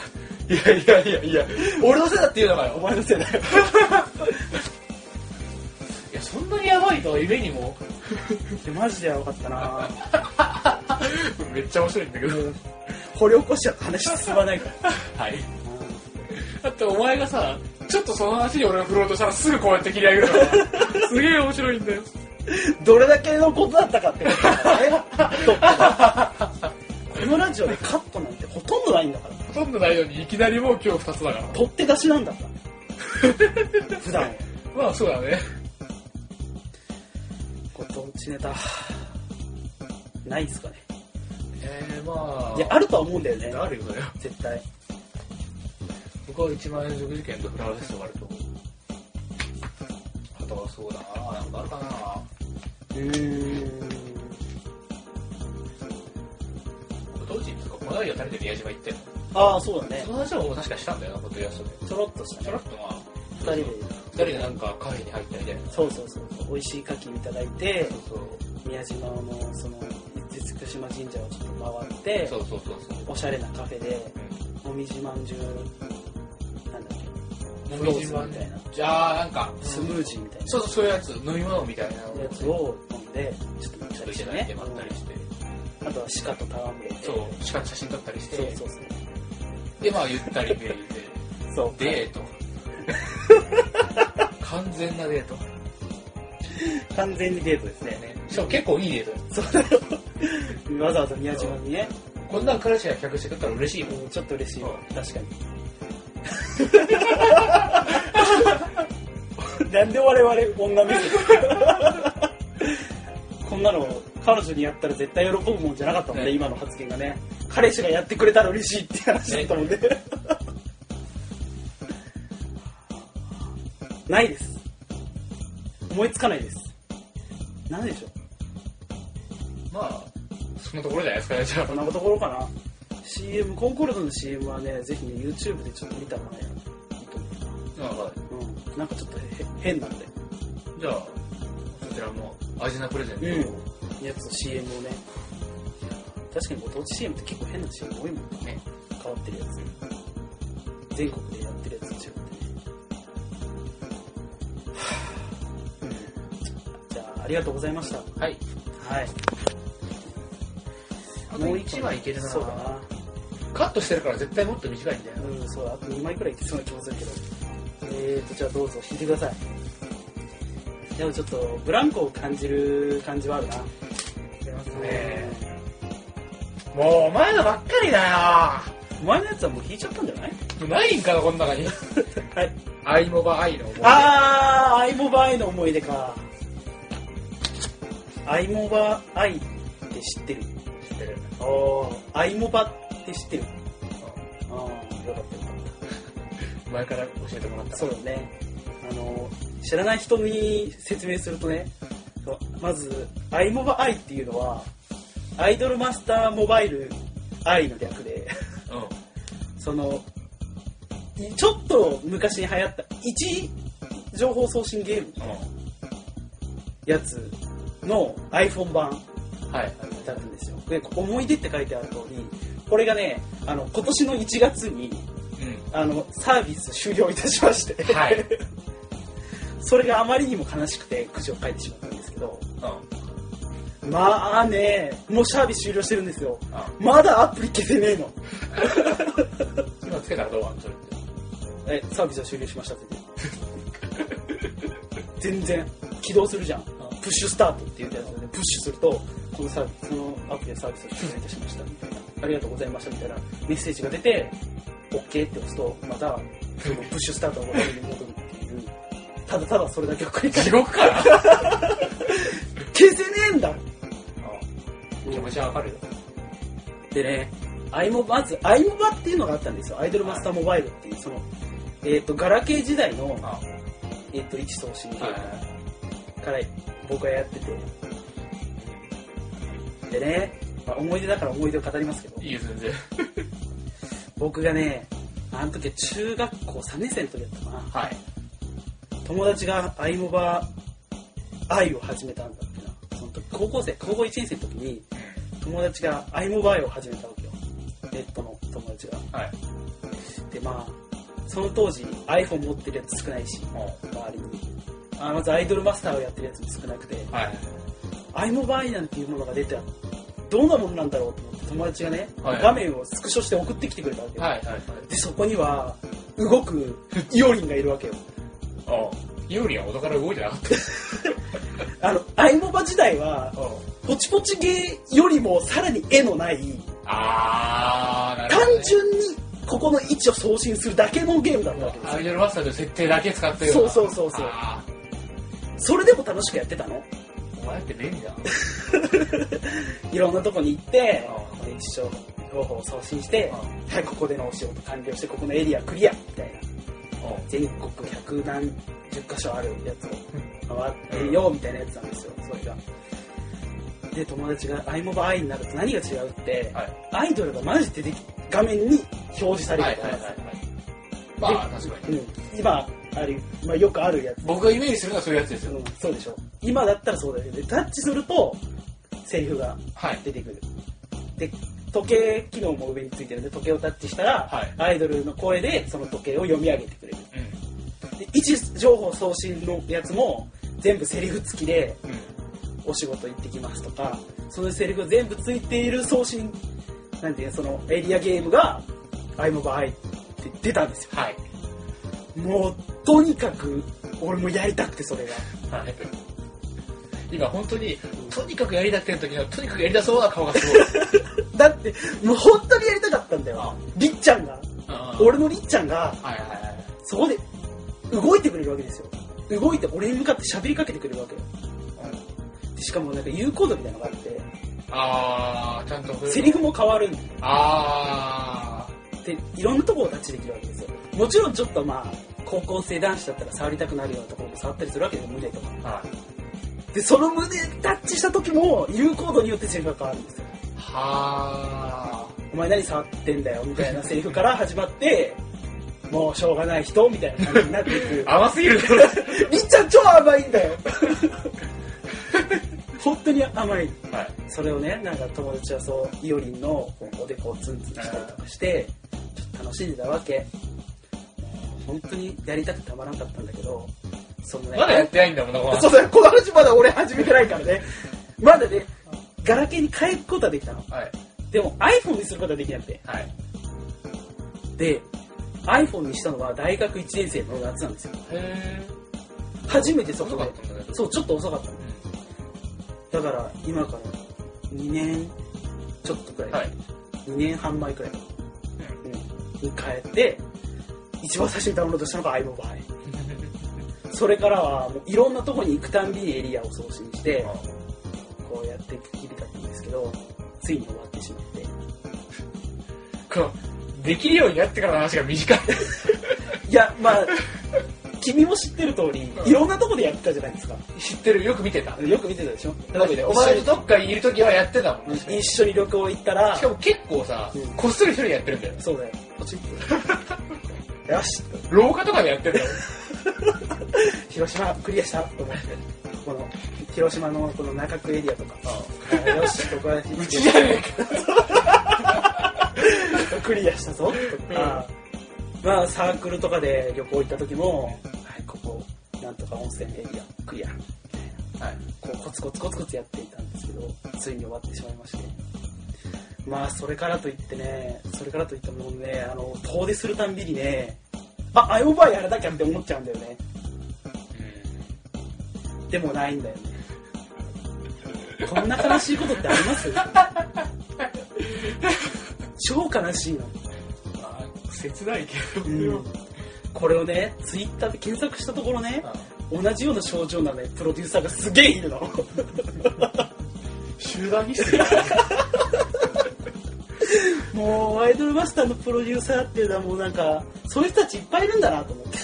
[SPEAKER 2] いやいやいや俺のせいだって言うのか よ
[SPEAKER 1] お前のせいだよ
[SPEAKER 2] いやそんなにやばいとは夢にも
[SPEAKER 1] マジでやばかったな
[SPEAKER 2] めっちゃ面白いんだけど
[SPEAKER 1] 掘り起こしちゃって話進まないから
[SPEAKER 2] はいだってお前がさちょっとその話に俺が振ろうとしたらすぐこうやって切り上げるから すげえ面白いんだよ
[SPEAKER 1] どれだけのことだったか ってことだよねトップでこのラジオでカットなんてほとんどないんだから
[SPEAKER 2] ほとんどないのにいきなりもう今日2つだから
[SPEAKER 1] 取って出しなんだから 普段は
[SPEAKER 2] まあそうだね
[SPEAKER 1] ご当地ネタないですかね
[SPEAKER 2] えー、まあ
[SPEAKER 1] いやあるとは思うんだよね
[SPEAKER 2] あるよそれは
[SPEAKER 1] 絶対
[SPEAKER 2] 僕は1万円食事券とフラワーフェスティバルとあとはそうだななんかあるかな
[SPEAKER 1] うーん
[SPEAKER 2] ご当地っていうかこの間食べて宮島行って
[SPEAKER 1] ああそうだね
[SPEAKER 2] その話はもう確かしたんだよなポッドキャストで
[SPEAKER 1] ちょろっとし
[SPEAKER 2] ち
[SPEAKER 1] た
[SPEAKER 2] ょろ
[SPEAKER 1] ね
[SPEAKER 2] っとまあ
[SPEAKER 1] 2人で
[SPEAKER 2] 2人でなんかカフェに入ったみたいな
[SPEAKER 1] そうそうそう美味しい牡蠣いただいて
[SPEAKER 2] そうそう
[SPEAKER 1] 宮島のその厳島神社をちょっと回って
[SPEAKER 2] そうそうそうそう
[SPEAKER 1] おしゃれなカフェで
[SPEAKER 2] う
[SPEAKER 1] もみじまんじゅうなんだっけ
[SPEAKER 2] ん
[SPEAKER 1] フローズみたいな
[SPEAKER 2] じゃあなんか
[SPEAKER 1] スムージーみたい
[SPEAKER 2] そうそうそういうやつ飲み物みたいなの
[SPEAKER 1] なやつを飲んでちょっと待っ
[SPEAKER 2] ちょったと
[SPEAKER 1] り
[SPEAKER 2] い
[SPEAKER 1] してて
[SPEAKER 2] だい
[SPEAKER 1] ね
[SPEAKER 2] て待ったりして
[SPEAKER 1] あとは鹿と戯れて
[SPEAKER 2] そうしかも写真撮ったりして
[SPEAKER 1] そうそう
[SPEAKER 2] でまあゆったりメール
[SPEAKER 1] そう
[SPEAKER 2] でデート完全なデート
[SPEAKER 1] 完全にデートですね
[SPEAKER 2] ねしかも結構いいデートです
[SPEAKER 1] そうだよわざわざ宮島にね
[SPEAKER 2] こんなん彼氏が企画してくれたら嬉しいもん
[SPEAKER 1] ちょっと嬉しいわ確かに なんで我々女目線 こんなの彼女にやったら絶対喜ぶもんじゃなかったもんね
[SPEAKER 2] ね
[SPEAKER 1] 今の発言がね彼氏がやってくれたら嬉しいっていう話だったもんね ないです思いつかないですなんでしょう
[SPEAKER 2] まあそのところじゃないですかねじゃ
[SPEAKER 1] こんなところかな CM コンコルドの CM はねぜひね YouTube でちょっと見た方がいいと思
[SPEAKER 2] あまあまあ
[SPEAKER 1] う、うん、なんかちょっとへ変なんで
[SPEAKER 2] じゃあそちらもアジナプレゼント、
[SPEAKER 1] やつの CM をね確かにご当地 CM って結構変な CM 多いもんね
[SPEAKER 2] ね
[SPEAKER 1] 変わってるやつ全国でやってるやつ違ってねはぁうんじゃあありがとうございましたは
[SPEAKER 2] はい
[SPEAKER 1] い
[SPEAKER 2] あと1枚いけるな
[SPEAKER 1] そうだな
[SPEAKER 2] カットしてるから絶対もっと短いんだよな
[SPEAKER 1] うん、そうだ、あと2枚くらいいけそうな気もするけど。えーと、じゃあどうぞ、引いてください。でもちょっとブランコを感じる感じはあるな。
[SPEAKER 2] 出ますね。もうお前のばっかりだ
[SPEAKER 1] お前のやつはもう引いちゃったんじゃない
[SPEAKER 2] よ。ないんかな、この中に。
[SPEAKER 1] はい。
[SPEAKER 2] アイモバアイの思い出。
[SPEAKER 1] あー、アイモバアイの思い出か。アイモバアイって知ってる
[SPEAKER 2] 知ってる
[SPEAKER 1] あー、アイモバって知ってるあー、よかったよかっ
[SPEAKER 2] 前から教えてもらった。
[SPEAKER 1] た。そうだね。あの、知らない人に説明するとね、そうまず、アイモバアイっていうのは、アイドルマスターモバイルアイの略で、
[SPEAKER 2] うん。
[SPEAKER 1] その、ちょっと昔に流行った、一情報送信ゲーム
[SPEAKER 2] う
[SPEAKER 1] やつの iPhone 版
[SPEAKER 2] ん。はい。
[SPEAKER 1] だったんですよ。で、ここ思い出って書いてある通り、これがね、あの、今年の1月に、
[SPEAKER 2] う
[SPEAKER 1] あの、サービス終了いたしまして、
[SPEAKER 2] ん。はい。
[SPEAKER 1] それがあまりにも悲しくて、くじを書いてしまったんですけど、
[SPEAKER 2] うん。うん。
[SPEAKER 1] まあね、もうサービス終了してるんですよ。まだアプリ消せねえの。
[SPEAKER 2] 今つけたらどうなんそれって。
[SPEAKER 1] え、サービスは終了しましたって言って。全然、起動するじゃん。プッシュスタートっていうやつで、プッシュすると、このサービス、そのアプリでサービスを終了いたしましたみたいな、ありがとうございましたみたいなメッセージが出て、OK って押すと、また、そのプッシュスタートのボタンに戻るっていう、ただただそれだけを繰り返
[SPEAKER 2] 地
[SPEAKER 1] し
[SPEAKER 2] 獄かな
[SPEAKER 1] 消せねえんだ
[SPEAKER 2] 気持ちはわかるよ。
[SPEAKER 1] でね、アイモバまず、アイモバっていうのがあったんですよ。アイドルマスターモバイルっていう、その、えっ、と、ガラケー時代の、
[SPEAKER 2] あ
[SPEAKER 1] えっ、と、一送信ゲーム
[SPEAKER 2] は
[SPEAKER 1] から僕はやってて。でね、まあ、思い出だから思い出を語りますけど
[SPEAKER 2] い。、いいよ、全然。
[SPEAKER 1] 僕がね、あの時は中学校3年生の時だったかな。
[SPEAKER 2] はい。
[SPEAKER 1] 友達がアイモバ愛を始めたんだってな。その時、高校生、高校1年生の時に、友達がアイモバ愛を始めたわけよ。ネットの友達が。
[SPEAKER 2] はい。
[SPEAKER 1] で、まあ、その当時 iPhone 持ってるやつ少ないし、周りに。あまずアイドルマスターをやってるやつも少なくて、
[SPEAKER 2] はい。
[SPEAKER 1] アイモバイなんていうものが出てどんなものなんだろうと思って友達がね、
[SPEAKER 2] はい
[SPEAKER 1] 画面をスクショして送ってきてくれたわけよ、
[SPEAKER 2] はい。はい。
[SPEAKER 1] でそこには動くイオリンがいるわけよ
[SPEAKER 2] うん。ユーリは元から動いてなかっ
[SPEAKER 1] あのアイモバ時代は
[SPEAKER 2] た。うん。
[SPEAKER 1] ポチポチゲーよりもさらに絵のない
[SPEAKER 2] あー、なる
[SPEAKER 1] 単
[SPEAKER 2] ほど、ね。
[SPEAKER 1] 純にここの位置を送信するだけのゲームだったわけです
[SPEAKER 2] ア
[SPEAKER 1] よ
[SPEAKER 2] イドルマスターの設定だけ使ってるよな
[SPEAKER 1] そうそうそうそう
[SPEAKER 2] あ
[SPEAKER 1] それでも楽しくやってたの
[SPEAKER 2] ーお前って便利だ。
[SPEAKER 1] いろんなとこに行って
[SPEAKER 2] うん
[SPEAKER 1] この一生情報を送信して
[SPEAKER 2] うん
[SPEAKER 1] はいここでのお仕事完了してここのエリアクリアみたいな
[SPEAKER 2] うん
[SPEAKER 1] 全国百何十箇所あるやつを回ってるよみたいなやつなんですよ、それが。で、友達がアイモバアイになると何が違うって、
[SPEAKER 2] はい。
[SPEAKER 1] アイドルがマジで出てき画面に表示さ
[SPEAKER 2] は
[SPEAKER 1] れ
[SPEAKER 2] い
[SPEAKER 1] る
[SPEAKER 2] はい
[SPEAKER 1] と
[SPEAKER 2] はい
[SPEAKER 1] か
[SPEAKER 2] は、い。まあ、確か
[SPEAKER 1] う
[SPEAKER 2] に。
[SPEAKER 1] ん、今ある、まあ、よくあるやつ、
[SPEAKER 2] 僕がイメージするのはそういうやつです
[SPEAKER 1] う
[SPEAKER 2] よ。
[SPEAKER 1] ん、そうでしょ。今だったらそうだけど、でタッチするとセリフが
[SPEAKER 2] はい。
[SPEAKER 1] 出てくる。で、時計機能も上についてるんで、時計をタッチしたら、
[SPEAKER 2] はい
[SPEAKER 1] アイドルの声でその時計を読み上げてくれる。
[SPEAKER 2] うん。
[SPEAKER 1] で位置情報送信のやつも全部セリフ付きで
[SPEAKER 2] うん。
[SPEAKER 1] お仕事行ってきますとかそのセリフが全部付いている送信なんていうのそのエリアゲームが「アイモバアイ」って出たんですよ
[SPEAKER 2] はい。
[SPEAKER 1] もうとにかく俺もやりたくてそれが
[SPEAKER 2] はい。今本当に、とにかくやりたくての時の、とにかくやりたそうな顔がす ごい。
[SPEAKER 1] だってもう本当にやりたかったんだよりっちゃんが
[SPEAKER 2] 俺
[SPEAKER 1] 俺のりっちゃんが
[SPEAKER 2] はいはいはい。
[SPEAKER 1] そこで動いてくれるわけですよ動いて俺に向かって喋りかけてくれるわけよでしかもなんか有効度みたいなのがあって
[SPEAKER 2] あー、ちゃんと。
[SPEAKER 1] セリフも変わるん
[SPEAKER 2] あ
[SPEAKER 1] でいろんなところをタッチできるわけですよもちろんちょっとまあ高校生男子だったら触りたくなるようなところも触ったりするわけで胸とか
[SPEAKER 2] ー。はい。
[SPEAKER 1] でその胸タッチした時も有効度によってセリフが変わるんですよ
[SPEAKER 2] は
[SPEAKER 1] お前何触ってんだよみたいなセリフから始まってもうしょうがない人みたいな感じになってい く
[SPEAKER 2] ー。甘すぎる。
[SPEAKER 1] りっちゃん超甘いんだよ 本当に甘い
[SPEAKER 2] はい。
[SPEAKER 1] それをねなんか友達はそういおりんのおでこをツンツンしたりとかしてちょっと楽しんでたわけ本当にやりたくてたまらなかったんだけどそのね
[SPEAKER 2] まだやってないんだもんな、この話
[SPEAKER 1] そうだよこの話まだ俺始めてないからねまだねガラケーに変えることはできたの
[SPEAKER 2] はい。
[SPEAKER 1] でも iPhone にすることはできなくて
[SPEAKER 2] はい。
[SPEAKER 1] で iPhone にしたのは大学1年生の夏なんですよ
[SPEAKER 2] へ
[SPEAKER 1] 初めてそこ
[SPEAKER 2] ー。よか
[SPEAKER 1] で
[SPEAKER 2] ったんだけ
[SPEAKER 1] そうちょっと遅かったのだから今から2年ちょっとくらい、
[SPEAKER 2] はい。
[SPEAKER 1] 2年半前くらい、に変えて一番最初にダウンロードしたのが iMobile それからはもういろんなとこに行くたんびにエリアを送信してこうやっていく日々だったんですけどついに終わってしまって
[SPEAKER 2] このできるようになってからの話が短い。
[SPEAKER 1] いやまあ 君も知ってる通りいろんなとこでやってたじゃないですか
[SPEAKER 2] 知ってる、よく見てた。
[SPEAKER 1] よく見てたでしょ
[SPEAKER 2] だってお前とどっかにいるときはやってたもん。し
[SPEAKER 1] 一緒に旅行行ったら
[SPEAKER 2] かも結構さ
[SPEAKER 1] うん、
[SPEAKER 2] こっそり一人でやってるんだよ。
[SPEAKER 1] そうだよポチッと よし
[SPEAKER 2] 廊下とかでやってんだよ。
[SPEAKER 1] 広島クリアしたと思ってこの広島のこの中区エリアとかあよしここは
[SPEAKER 2] うちじゃ ね
[SPEAKER 1] クリアしたぞとか、まあサークルとかで旅行行った時も、はい、ここなんとか温泉エリアクリア
[SPEAKER 2] えか。はい。
[SPEAKER 1] こうコツコツコツコツやっていたんですけどついに終わってしまいましてまあそれからといってねそれからといってもねあの遠出するたんびにねあアイオーバーやらなきゃって思っちゃうんだよねでもないんだよねこんな悲しいことってあります超悲しいの
[SPEAKER 2] まあ、切ないけど。
[SPEAKER 1] うんこれをねツイッターで検索したところね同じような症状なのねプロデューサーがすげえいるの
[SPEAKER 2] 集団にしてる。
[SPEAKER 1] もうアイドルマスターのプロデューサーっていうのはもうなんかそういう人たちいっぱいいるんだなと思って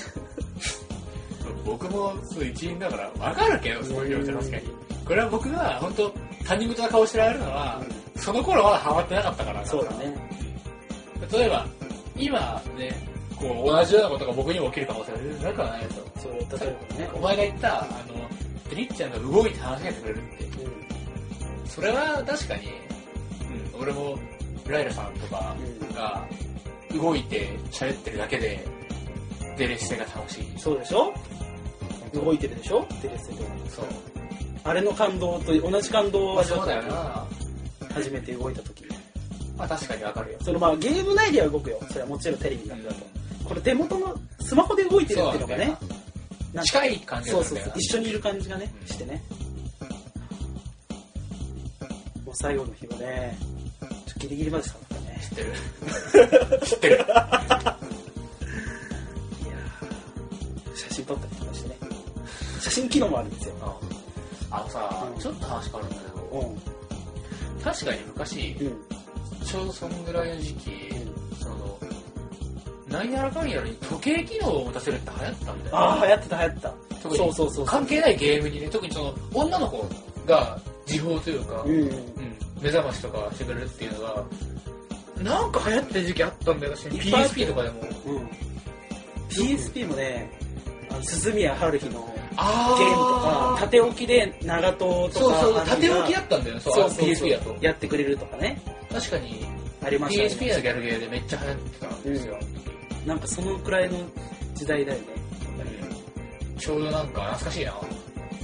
[SPEAKER 2] 僕もそう一員だからわかるけどそういうのって確かにこれは僕が本当他人事な顔してられるのは、その頃まだハマってなかったから
[SPEAKER 1] そうだね
[SPEAKER 2] 例えば今ねこう同じようなことが僕にも起きる可能性が全然なくはないですよ
[SPEAKER 1] そう例えばね
[SPEAKER 2] お前が言ったあのりっちゃんが動いて話しかけてくれるってそれは確かに、うん、俺もライラさんとかが動いて喋ってるだけでデレステが楽しい
[SPEAKER 1] うんそうでしょ動いてるでしょテレスで
[SPEAKER 2] そう
[SPEAKER 1] あれの感動と同じ感動を
[SPEAKER 2] まあ
[SPEAKER 1] 味
[SPEAKER 2] そ
[SPEAKER 1] わ
[SPEAKER 2] う
[SPEAKER 1] った
[SPEAKER 2] だ
[SPEAKER 1] よ
[SPEAKER 2] よな
[SPEAKER 1] 初めて動いた時
[SPEAKER 2] まあ確かにわかるよ。
[SPEAKER 1] そのまあゲーム内では動くよそれはもちろんテレビなんだと、これ手元のスマホで動いてるっていうのがねなんか
[SPEAKER 2] 近い感じ
[SPEAKER 1] そ
[SPEAKER 2] が
[SPEAKER 1] う
[SPEAKER 2] す
[SPEAKER 1] そう
[SPEAKER 2] るん
[SPEAKER 1] そ
[SPEAKER 2] だ
[SPEAKER 1] う
[SPEAKER 2] よな。
[SPEAKER 1] 一緒にいる感じがねしてねもう最後の日はねちょっとギリギリまで寒かったね
[SPEAKER 2] 知ってる。
[SPEAKER 1] い やー写真撮ったりとかしてね写真機能もあるんですよ
[SPEAKER 2] あのさ
[SPEAKER 1] う、ん
[SPEAKER 2] ちょっと話変わるんだけど、
[SPEAKER 1] う
[SPEAKER 2] 確かに昔、
[SPEAKER 1] んうん
[SPEAKER 2] ちょうどそのぐらいの時期、その、何やらかんやらに時計機能を持たせるって流行ったんだよ。
[SPEAKER 1] ああ流行ってた流行った
[SPEAKER 2] 特に
[SPEAKER 1] そうそうそうそう
[SPEAKER 2] 関係ないゲームにね、特にその、女の子が時報というか、
[SPEAKER 1] う
[SPEAKER 2] うんん
[SPEAKER 1] うん
[SPEAKER 2] 目覚ましとかしてくれるっていうのが、なんか流行った時期あったんだよ、確かに
[SPEAKER 1] いっぱいあった
[SPEAKER 2] PSP とかでも。
[SPEAKER 1] PSP もねあの鈴宮春日の
[SPEAKER 2] あ
[SPEAKER 1] ゲームとか縦置きで長友と
[SPEAKER 2] そう
[SPEAKER 1] か
[SPEAKER 2] そう、縦置きだ
[SPEAKER 1] っ
[SPEAKER 2] ったんだよね、そ、
[SPEAKER 1] そううそう
[SPEAKER 2] PSP だと。
[SPEAKER 1] やってくれるとかね
[SPEAKER 2] 確かに、
[SPEAKER 1] ありましたね
[SPEAKER 2] PSP のギャルゲーでめっちゃ流行ってたんですよ。
[SPEAKER 1] なんかそのくらいの時代だよね
[SPEAKER 2] うんちょうどなんか懐かしいな。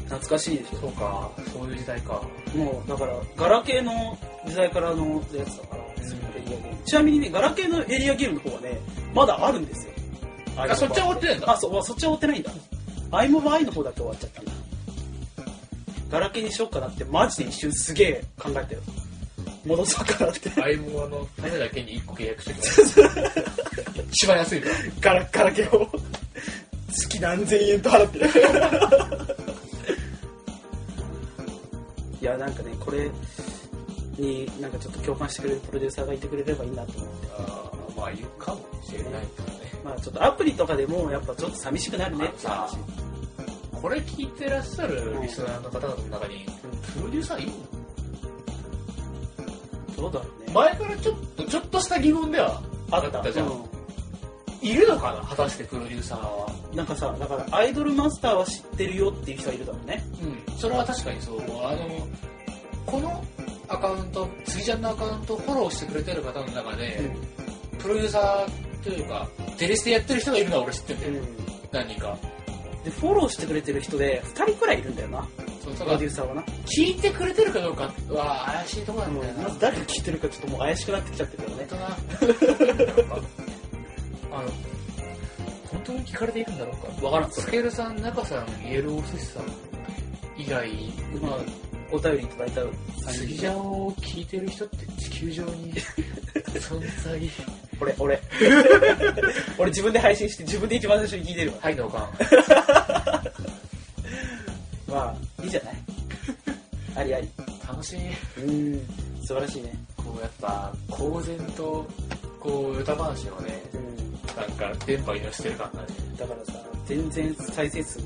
[SPEAKER 1] 懐かしいでし
[SPEAKER 2] そうか、そういう時代か。
[SPEAKER 1] ょもうだからガラケーの時代からのやつだから、
[SPEAKER 2] ん
[SPEAKER 1] そのエリアゲームちなみにねガラケーのエリアゲームの方はねまだあるんですよ
[SPEAKER 2] あ、そっちは終わってないん
[SPEAKER 1] あ
[SPEAKER 2] だ。
[SPEAKER 1] そうわそっちは追ってないんだアイモバイの方だけ終わっちゃったんだガラケーにしようかなってマジで一瞬すげえ考えたよ戻そうかなって
[SPEAKER 2] 相棒のためだけに1個契約してく れ一番安いか
[SPEAKER 1] ガ
[SPEAKER 2] ら。
[SPEAKER 1] ラガラケーを月何千円と払ってるいやなんかねこれになんかちょっと共感してくれるプロデューサーがいてくれればいいなと思って
[SPEAKER 2] あーまあ、言うかもしれないからね。
[SPEAKER 1] まあちょっとアプリとかでもやっぱちょっと寂しくなるねって話
[SPEAKER 2] あこれ聞いてらっしゃるリスナーの方々の中に、プロデューサーいる
[SPEAKER 1] ど
[SPEAKER 2] の
[SPEAKER 1] うだろうね、
[SPEAKER 2] 前からちょっと、ちょっとした疑問ではあったじゃん。
[SPEAKER 1] うん
[SPEAKER 2] いるのかな果たしてプロデューサーは。
[SPEAKER 1] なんかさだからアイドルマスターは知ってるよっていう人はいるだろうね
[SPEAKER 2] うん。それは確かにそう。あの、このアカウント、次ちゃんのアカウントをフォローしてくれてる方の中で、プロデューサーというか、テレスでやってる人がいるのは俺知ってんだよ。
[SPEAKER 1] ん
[SPEAKER 2] 何人か。
[SPEAKER 1] でフォローしてくれてる人で2人くらいいるんだよな
[SPEAKER 2] そう、
[SPEAKER 1] プ
[SPEAKER 2] だか
[SPEAKER 1] ロ
[SPEAKER 2] ら
[SPEAKER 1] デューサーはな
[SPEAKER 2] 聞いてくれてるかどうかは怪しいとこなんだよな。
[SPEAKER 1] まず誰が聞いてるかちょっともう怪しくなってきちゃってるよ
[SPEAKER 2] 本
[SPEAKER 1] ね
[SPEAKER 2] 当な。あの、本当に聞かれているんだろうか。わからん。スケールさん、中さん、イエロー寿司さん、以外、まあ、
[SPEAKER 1] お便りいただいた3
[SPEAKER 2] 杉
[SPEAKER 1] 人
[SPEAKER 2] ジャンを聞いてる人って地球上に存在。
[SPEAKER 1] 俺 俺俺自分で配信して自分で一番最初に聞いてるわ
[SPEAKER 2] はい、同感。
[SPEAKER 1] まあいいじゃないありあり
[SPEAKER 2] 楽しい。
[SPEAKER 1] うん素晴らしいね
[SPEAKER 2] こう、やっぱ、公然と、こう、歌話をね、
[SPEAKER 1] うん
[SPEAKER 2] なんか、電波に乗せてる感がね、
[SPEAKER 1] だからさ全然再生数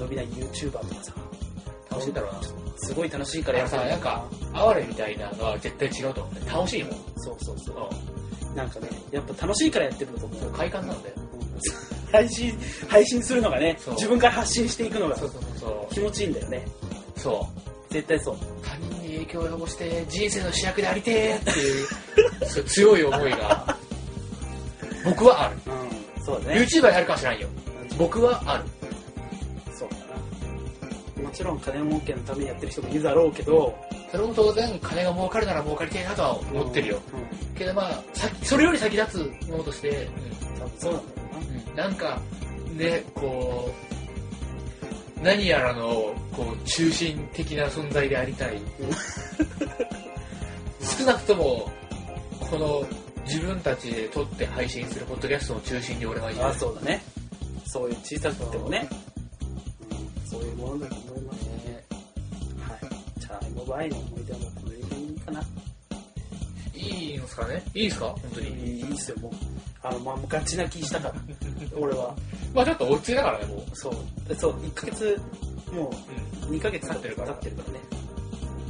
[SPEAKER 1] 伸びない YouTuber とかさ
[SPEAKER 2] 楽しいんだろうな。
[SPEAKER 1] すごい楽しいか
[SPEAKER 2] だからら
[SPEAKER 1] や
[SPEAKER 2] さ、なんか、哀れみたいなのは絶対違うと思うね。楽しいもん。
[SPEAKER 1] そうそうそう
[SPEAKER 2] う
[SPEAKER 1] なんかねやっぱ楽しいからやってるんだと思
[SPEAKER 2] ん。
[SPEAKER 1] う
[SPEAKER 2] 快感なんだよ。
[SPEAKER 1] 配信配信するのがね
[SPEAKER 2] そう
[SPEAKER 1] 自分から発信していくのが
[SPEAKER 2] そうそうそ
[SPEAKER 1] 気持ちいいんだよね
[SPEAKER 2] う。そう。
[SPEAKER 1] 絶対そう
[SPEAKER 2] 他人に影響を及ぼして人生の主役でありてえっていうそう強い思いが僕はある
[SPEAKER 1] うんそうだね
[SPEAKER 2] YouTuber やるかもしれないよ僕はある
[SPEAKER 1] そうだなもちろん金儲けのためにやってる人もいるだろうけど
[SPEAKER 2] それも当然金が儲かるなら儲かりてえなとは思ってるよ、
[SPEAKER 1] うん
[SPEAKER 2] けどまあさそれより先立つものとして、
[SPEAKER 1] 多分そうなんだよな
[SPEAKER 2] うんなんかねこう何やらのこう中心的な存在であ りたい少なくともこの自分たちで撮って配信するポッドキャストの中心に俺はいる
[SPEAKER 1] あそうだねそういう小さくてもね、うん、そういうものだと思いますねはいじゃあ M バイの思い出はもうこの辺かない
[SPEAKER 2] いんですかねいいですか本当
[SPEAKER 1] い
[SPEAKER 2] に。
[SPEAKER 1] いいっすよもうあのまあガチ泣きしたから 俺は
[SPEAKER 2] まあちょっと落ち着いたからね、もう。
[SPEAKER 1] そうでそう1ヶ月も
[SPEAKER 2] う
[SPEAKER 1] う
[SPEAKER 2] ん。
[SPEAKER 1] 2ヶ月経
[SPEAKER 2] 経
[SPEAKER 1] っ
[SPEAKER 2] ってて
[SPEAKER 1] る
[SPEAKER 2] る
[SPEAKER 1] か
[SPEAKER 2] からら
[SPEAKER 1] 経ってるからね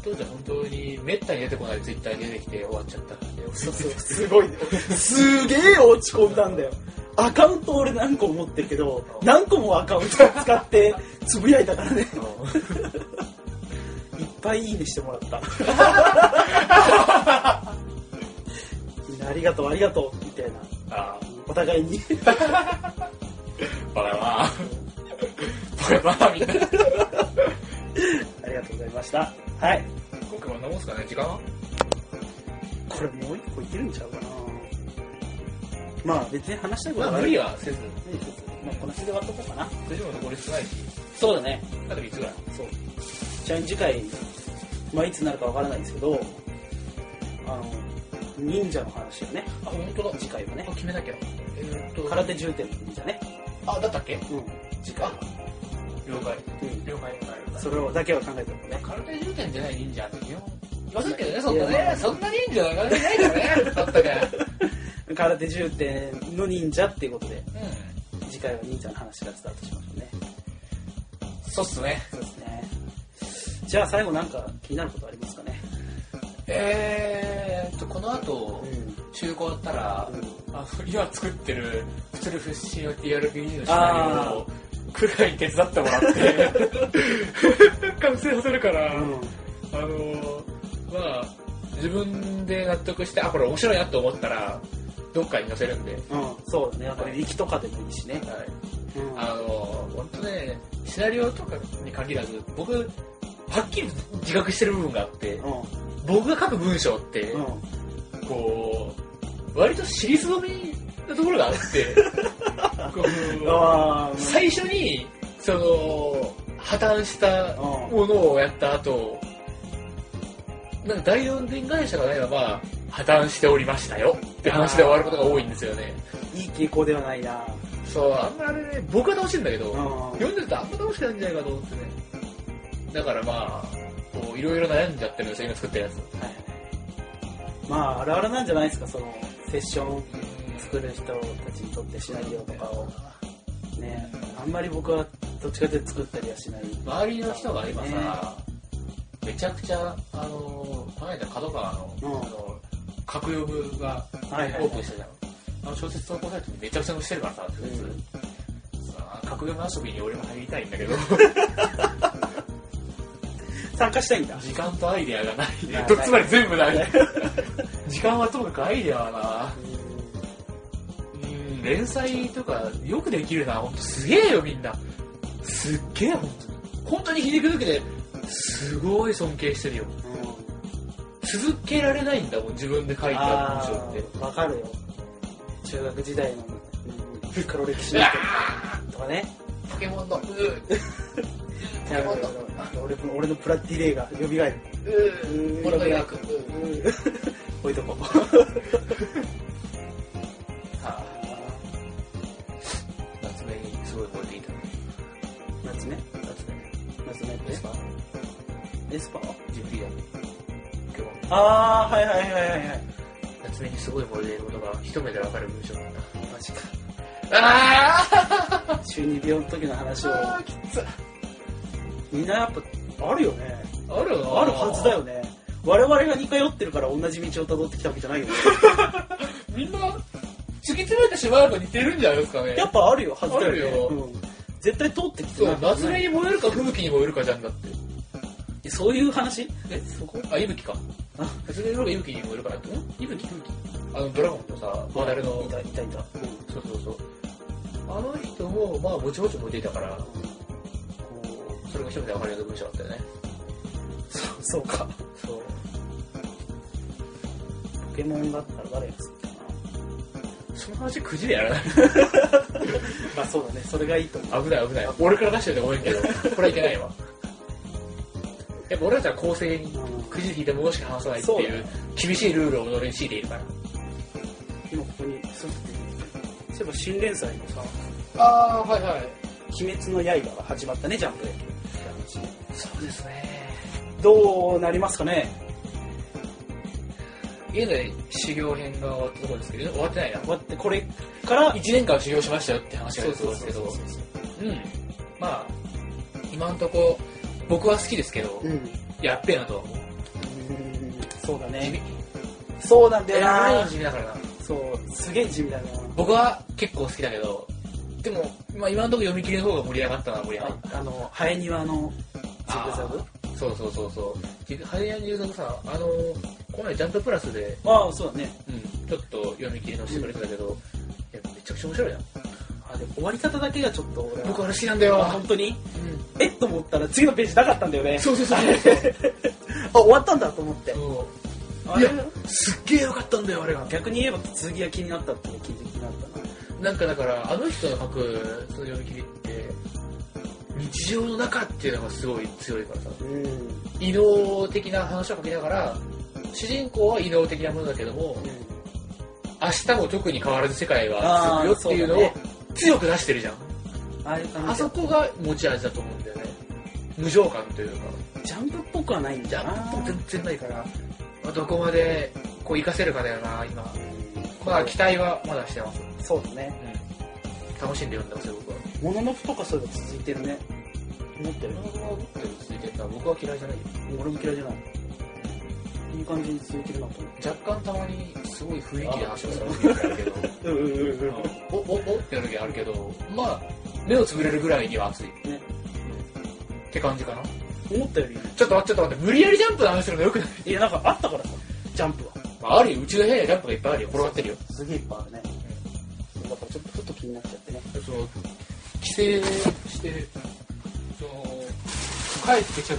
[SPEAKER 2] 当時は本当にめったに出てこないツイッターに出てきて終わっちゃったんで。
[SPEAKER 1] そうそう すごいすげえ落ち込んだんだよアカウント俺何個も持ってるけど何個もアカウント使ってつぶやいたからねいっぱいいいねしてもらった みんなありがとうありがとうみたいな
[SPEAKER 2] あ
[SPEAKER 1] お互いに
[SPEAKER 2] あ、バカだなバカだなみたいな。
[SPEAKER 1] ありがとうございましたはい
[SPEAKER 2] 今回は何もんすかね時間は
[SPEAKER 1] これもう一個いけるんちゃうかなまあ別に話したいこと
[SPEAKER 2] ま
[SPEAKER 1] は
[SPEAKER 2] あ無理はせず、
[SPEAKER 1] ないですまあこの辺で終わっとこうかな
[SPEAKER 2] 大丈夫残り少ないし、
[SPEAKER 1] そうだね
[SPEAKER 2] あと3つぐらい。
[SPEAKER 1] そう。ちなみに次回、まあ、いつになるかわからないんですけど、あの、忍者の話をね、
[SPEAKER 2] あ、本当だ。
[SPEAKER 1] 次回はね
[SPEAKER 2] あ、、決めなきゃ。えーっと、
[SPEAKER 1] 空手重点の忍者ね、
[SPEAKER 2] あ、だったっけ
[SPEAKER 1] うん、次回
[SPEAKER 2] あ、了解。
[SPEAKER 1] うん、
[SPEAKER 2] 了解、了解。
[SPEAKER 1] それをだけは考えておくね。
[SPEAKER 2] カルテ重点じゃない忍者って基本言わせるけどね、
[SPEAKER 1] そ
[SPEAKER 2] そ
[SPEAKER 1] ん
[SPEAKER 2] ん
[SPEAKER 1] な
[SPEAKER 2] な
[SPEAKER 1] ね
[SPEAKER 2] ね、そんな忍者はないからね、だったね。
[SPEAKER 1] 空手重点の忍者っていうことで、
[SPEAKER 2] う
[SPEAKER 1] 次回は忍者の話がスタートしましょうね。
[SPEAKER 2] ん。そうっすね。
[SPEAKER 1] そうですね。じゃあ最後なんか気になることありますかね。
[SPEAKER 2] えーっと、この後、
[SPEAKER 1] ん。
[SPEAKER 2] 中古だったら、あの、今作ってる、プツルフシの TRPG のシナリオ
[SPEAKER 1] あ
[SPEAKER 2] を、くらいに手伝ってもらって、 完成させるから、
[SPEAKER 1] うん。
[SPEAKER 2] あのー、まあ、自分で納得して、あ、これ面白いなと思ったら、どっかに載せるんで、
[SPEAKER 1] うん、そうだね。なんか、ね、力とかでもいいしね。
[SPEAKER 2] はい。
[SPEAKER 1] うん
[SPEAKER 2] あの、本当ね、シナリオとかに限らず、僕、はっきり自覚してる部分があって、
[SPEAKER 1] う
[SPEAKER 2] 僕が書く文章って、
[SPEAKER 1] ん。うん。
[SPEAKER 2] こう、割と尻すぼみなところがあ って、こう
[SPEAKER 1] ああ、
[SPEAKER 2] 最初に、その、破綻した
[SPEAKER 1] う
[SPEAKER 2] ものをやった後、なんか第四電会社がないまま、破綻しておりましたよって話で終わることが多いんですよね。
[SPEAKER 1] ん。いい傾向ではないな。
[SPEAKER 2] そう、あんまあれね、僕は楽しいんだけど、
[SPEAKER 1] うん。
[SPEAKER 2] 読んでるとあんま楽しくないんじゃないかと思ってね。だからまあ、こう、いろいろ悩んじゃってるんですよ、今作ったやつ。
[SPEAKER 1] はいまあ、あるあるなんじゃないですか、その、セッション作る人たちにとってシナリオとかを。ね、あんまり僕はどっちかというと作ったりはしない。
[SPEAKER 2] 周りの人が今さ、めちゃくちゃ、あのー、この間角川の、
[SPEAKER 1] うん
[SPEAKER 2] あの、格読部がオ
[SPEAKER 1] はいはいはい
[SPEAKER 2] ープンしたじゃん。あの小説投稿サイトにめちゃくちゃ載せてるからさ、小説。
[SPEAKER 1] うん
[SPEAKER 2] さあ格読部遊びに俺も入りたいん だけど、
[SPEAKER 1] 参加したいんだ。
[SPEAKER 2] 時間とアイデアがない。
[SPEAKER 1] ない
[SPEAKER 2] どつまり全部ない。時間はともかくアイデアはな、うん連載とかよくできるな、ほんとすげえよみんな。すっげえほんとに。本当にひねく抜けて、すごい尊敬してるよ。続けられないんだもん、自分で書いた
[SPEAKER 1] あ
[SPEAKER 2] 文章って。
[SPEAKER 1] あ、わかるよ。中学時代の、うん黒歴史
[SPEAKER 2] う
[SPEAKER 1] の
[SPEAKER 2] わ
[SPEAKER 1] 人とかね。
[SPEAKER 2] ポケモンの、うーなるほど
[SPEAKER 1] 俺の俺のプラディレイが蘇る
[SPEAKER 2] うん俺が焼く
[SPEAKER 1] 置いとこう
[SPEAKER 2] はあ夏目にすごい燃えていたのに
[SPEAKER 1] 夏目
[SPEAKER 2] 夏目
[SPEAKER 1] 夏目
[SPEAKER 2] ですか
[SPEAKER 1] エスパー
[SPEAKER 2] ジュピーだ今日
[SPEAKER 1] ああはいはいはいはいはい
[SPEAKER 2] 夏目にすごい燃えていることが一目でわかる文章なんだ
[SPEAKER 1] マジか
[SPEAKER 2] あ
[SPEAKER 1] 中二病の時の話を
[SPEAKER 2] あきつ
[SPEAKER 1] みんなやっぱあるよね
[SPEAKER 2] ある
[SPEAKER 1] あるはずだよね我々が似通ってるから同じ道をたどってきたわけじゃないよね
[SPEAKER 2] みんな突き詰めてしまえば似てるんじゃないですか ね
[SPEAKER 1] やっぱあるよはずだよね
[SPEAKER 2] あるよ
[SPEAKER 1] うん、絶対通ってきて
[SPEAKER 2] そう
[SPEAKER 1] な
[SPEAKER 2] 夏目に燃えるか吹雪に燃えるかじゃんだって
[SPEAKER 1] いそういう話
[SPEAKER 2] えそこあ、いぶきか。
[SPEAKER 1] あ
[SPEAKER 2] 初めの方がいぶきにもいるからって。いぶきあの、ドラゴンのさ、モダルの
[SPEAKER 1] い。たいたいた、
[SPEAKER 2] そうそうそう。あの人も、まあ、ぼちぼち燃えていたから、こう、それが一目で分かるような文章だったよね。
[SPEAKER 1] そうそうか
[SPEAKER 2] そう。
[SPEAKER 1] ポケモンだったら誰が好きか
[SPEAKER 2] その話、くじでやらない。
[SPEAKER 1] なまあそうだねそれがいいと思う
[SPEAKER 2] 危ない危ない。俺から出してると思うけど、 これはいけないわ。やっぱ俺たちは公正に、くじ引いたものしか話さないって
[SPEAKER 1] そう
[SPEAKER 2] い
[SPEAKER 1] だ
[SPEAKER 2] う、厳しいルールを己に強いているから。
[SPEAKER 1] 今ここにそうそういえば新連載のさ
[SPEAKER 2] ああ、はいはい。
[SPEAKER 1] 「鬼滅の刃」が始まったねジャンプで
[SPEAKER 2] そうですね。
[SPEAKER 1] どうなりますかね
[SPEAKER 2] 現在修行編が終わったところですけど終わってないな
[SPEAKER 1] 待ってこれから
[SPEAKER 2] 1年間修行しましたよって話が
[SPEAKER 1] そ
[SPEAKER 2] 出
[SPEAKER 1] う
[SPEAKER 2] てそ
[SPEAKER 1] そううそ
[SPEAKER 2] ですけ
[SPEAKER 1] うそ
[SPEAKER 2] ど
[SPEAKER 1] う
[SPEAKER 2] うんまあ今んとこ僕は好きですけど、
[SPEAKER 1] うんう
[SPEAKER 2] やっべえなとは思う
[SPEAKER 1] ーんそうだ
[SPEAKER 2] 地味
[SPEAKER 1] ねそうなんだ
[SPEAKER 2] え
[SPEAKER 1] よ
[SPEAKER 2] らい
[SPEAKER 1] な
[SPEAKER 2] 地味だからな
[SPEAKER 1] そうすげえ地味だな
[SPEAKER 2] 僕は結構好きだけどでも、まあ、今んとこ読み切りの方が盛り上がったな盛り上がっ
[SPEAKER 1] ああのハエニワのジグザグ
[SPEAKER 2] たそうそうそうそうハイヤーニューさんあのこの前ジャンププラスで、
[SPEAKER 1] ああそうだね
[SPEAKER 2] うん、ちょっと読み切りのしてくれてたけど、いやめちゃくちゃ面白いな
[SPEAKER 1] あでも終わり方だけがちょっと俺は
[SPEAKER 2] 僕あれ好きなんだよ、
[SPEAKER 1] あ本当に
[SPEAKER 2] うん
[SPEAKER 1] えっと思ったら次のページなかったんだよね
[SPEAKER 2] そうそう そうそう
[SPEAKER 1] あ終わったんだと思って
[SPEAKER 2] そう
[SPEAKER 1] あれ
[SPEAKER 2] いやすっげえ良かったんだよあれが
[SPEAKER 1] 逆に言えば続きが気になったって聞いて気になったな
[SPEAKER 2] なんかだからあの人の書くその読み切りって日常の中っていうのがすごい強いからさ
[SPEAKER 1] うん
[SPEAKER 2] 異能的な話を書きながら主人公は異能的なものだけども明日も特に変わらず世界は続くよっていうの
[SPEAKER 1] あー
[SPEAKER 2] を強く出してるじゃん
[SPEAKER 1] ああいう感
[SPEAKER 2] あ
[SPEAKER 1] じ
[SPEAKER 2] そこが持ち味だと思うんだよね無情感というか
[SPEAKER 1] ジャンプっぽくはないん
[SPEAKER 2] じ
[SPEAKER 1] だ
[SPEAKER 2] ゃ
[SPEAKER 1] な
[SPEAKER 2] あ全然ないからまあどこまでこう活かせるかだよな今まあ期待はまだしてます
[SPEAKER 1] そうだね
[SPEAKER 2] 楽しんで読んだんですよ、僕は。
[SPEAKER 1] モノノフとかそういうの続いてるね思ってる
[SPEAKER 2] 僕は思ったより続いてた。僕は嫌いじゃないよ。
[SPEAKER 1] 俺も嫌いじゃないいい感じに続いてるなと思っ
[SPEAKER 2] 若干たまにすごい雰囲気で話をする時があるけど、
[SPEAKER 1] てうんうんうんうん
[SPEAKER 2] お、お、おってやる時あるけど、まあ、目をつぶれるぐらいには熱い。
[SPEAKER 1] ね
[SPEAKER 2] って感じかな。
[SPEAKER 1] 思ったより
[SPEAKER 2] ちょっと待って、ちょっと待って、無理やりジャンプの話するのよくない、
[SPEAKER 1] いやなんかあったからさジャンプは
[SPEAKER 2] まあ、あるよ、うちの部屋にジャンプがいっぱいあるよ、転がってるよ。
[SPEAKER 1] すげえいっぱいあるねだからちょっとふと気になっちゃってね
[SPEAKER 2] その、帰省して、その、帰ってきた時の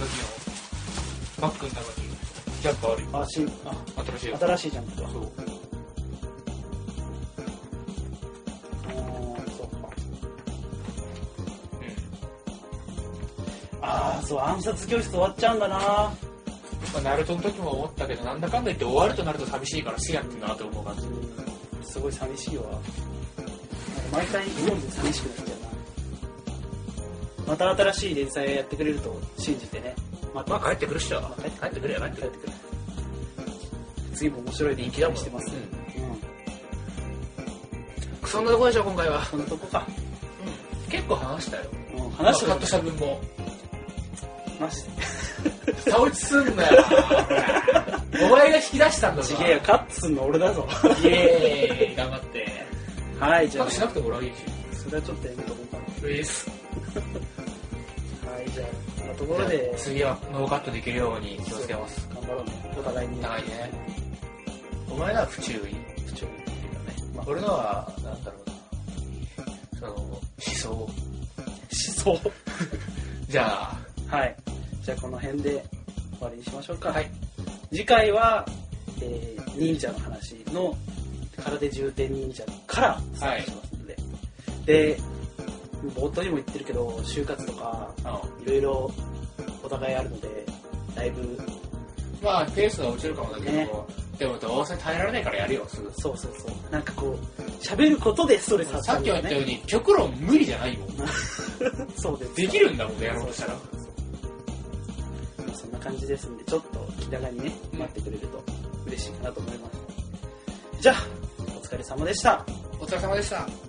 [SPEAKER 2] バッグの中にジャンプあるよ。
[SPEAKER 1] あ新あ
[SPEAKER 2] 新しいやつ。
[SPEAKER 1] 新しいジャンプだ
[SPEAKER 2] そう。
[SPEAKER 1] うんそうかああそう暗殺教室終わっちゃうんだな
[SPEAKER 2] まあ、ナルトの時も思ったけど、なんだかんだ言って終わるとなると寂しいから好きだってんだなと思う感じ。
[SPEAKER 1] すごい寂しいわなんか毎回読んで寂しくなっちゃうなまた新しい連載やってくれると信じてねまた
[SPEAKER 2] まあ帰ってくるっしょ。
[SPEAKER 1] 帰って
[SPEAKER 2] 帰ってくるよ、帰ってく
[SPEAKER 1] 帰って
[SPEAKER 2] る。
[SPEAKER 1] くる次も面白い連
[SPEAKER 2] 気だもん
[SPEAKER 1] してますね、うん、
[SPEAKER 2] そんなとこでしょ、今回は。
[SPEAKER 1] そんなとこか、
[SPEAKER 2] 結構話したよ。
[SPEAKER 1] うん、話して
[SPEAKER 2] カットした分も。
[SPEAKER 1] マジで
[SPEAKER 2] 差落ちすん なよ。お前が引き出したんだぞ。
[SPEAKER 1] ちげえよカットすんの俺だぞ
[SPEAKER 2] イエーイ、頑張って。
[SPEAKER 1] はいじ
[SPEAKER 2] カッ
[SPEAKER 1] ゃ
[SPEAKER 2] ト
[SPEAKER 1] あ
[SPEAKER 2] しなくても俺はいいし。
[SPEAKER 1] それはちょっとやめとこうか
[SPEAKER 2] ウィス。
[SPEAKER 1] なはいじゃあこんなところで
[SPEAKER 2] 次はノーカットできるように気をつけます。
[SPEAKER 1] 頑張ろうねお互いに
[SPEAKER 2] お互いにねお前らは不注意。不注意っていうかね。まあ、俺のは、なんだろうな。その、思想。
[SPEAKER 1] 思想
[SPEAKER 2] じゃあ、
[SPEAKER 1] はい。じゃあこの辺で終わりにしましょうか。
[SPEAKER 2] はい。
[SPEAKER 1] 次回は、えー忍者の話の空手重点忍者からスタートしますので。で、冒頭にも言ってるけど就活とか
[SPEAKER 2] う
[SPEAKER 1] いろいろお互いあるのでだいぶ
[SPEAKER 2] んまあ、ペースが落ちるかもだけど、
[SPEAKER 1] ね
[SPEAKER 2] でもどうせ耐えられないからやるよ、すぐ。
[SPEAKER 1] そうそうそうなんかこう喋ることでストレス発
[SPEAKER 2] さっ
[SPEAKER 1] 散
[SPEAKER 2] きも言ったように、極論無理じゃないもん。
[SPEAKER 1] そうです
[SPEAKER 2] できるんだもんね、やろうとしたら。
[SPEAKER 1] そんな感じですんでちょっと気長にね
[SPEAKER 2] うん
[SPEAKER 1] 待ってくれると嬉しいかなと思いますじゃあお疲れ様でした
[SPEAKER 2] お疲れ様でした。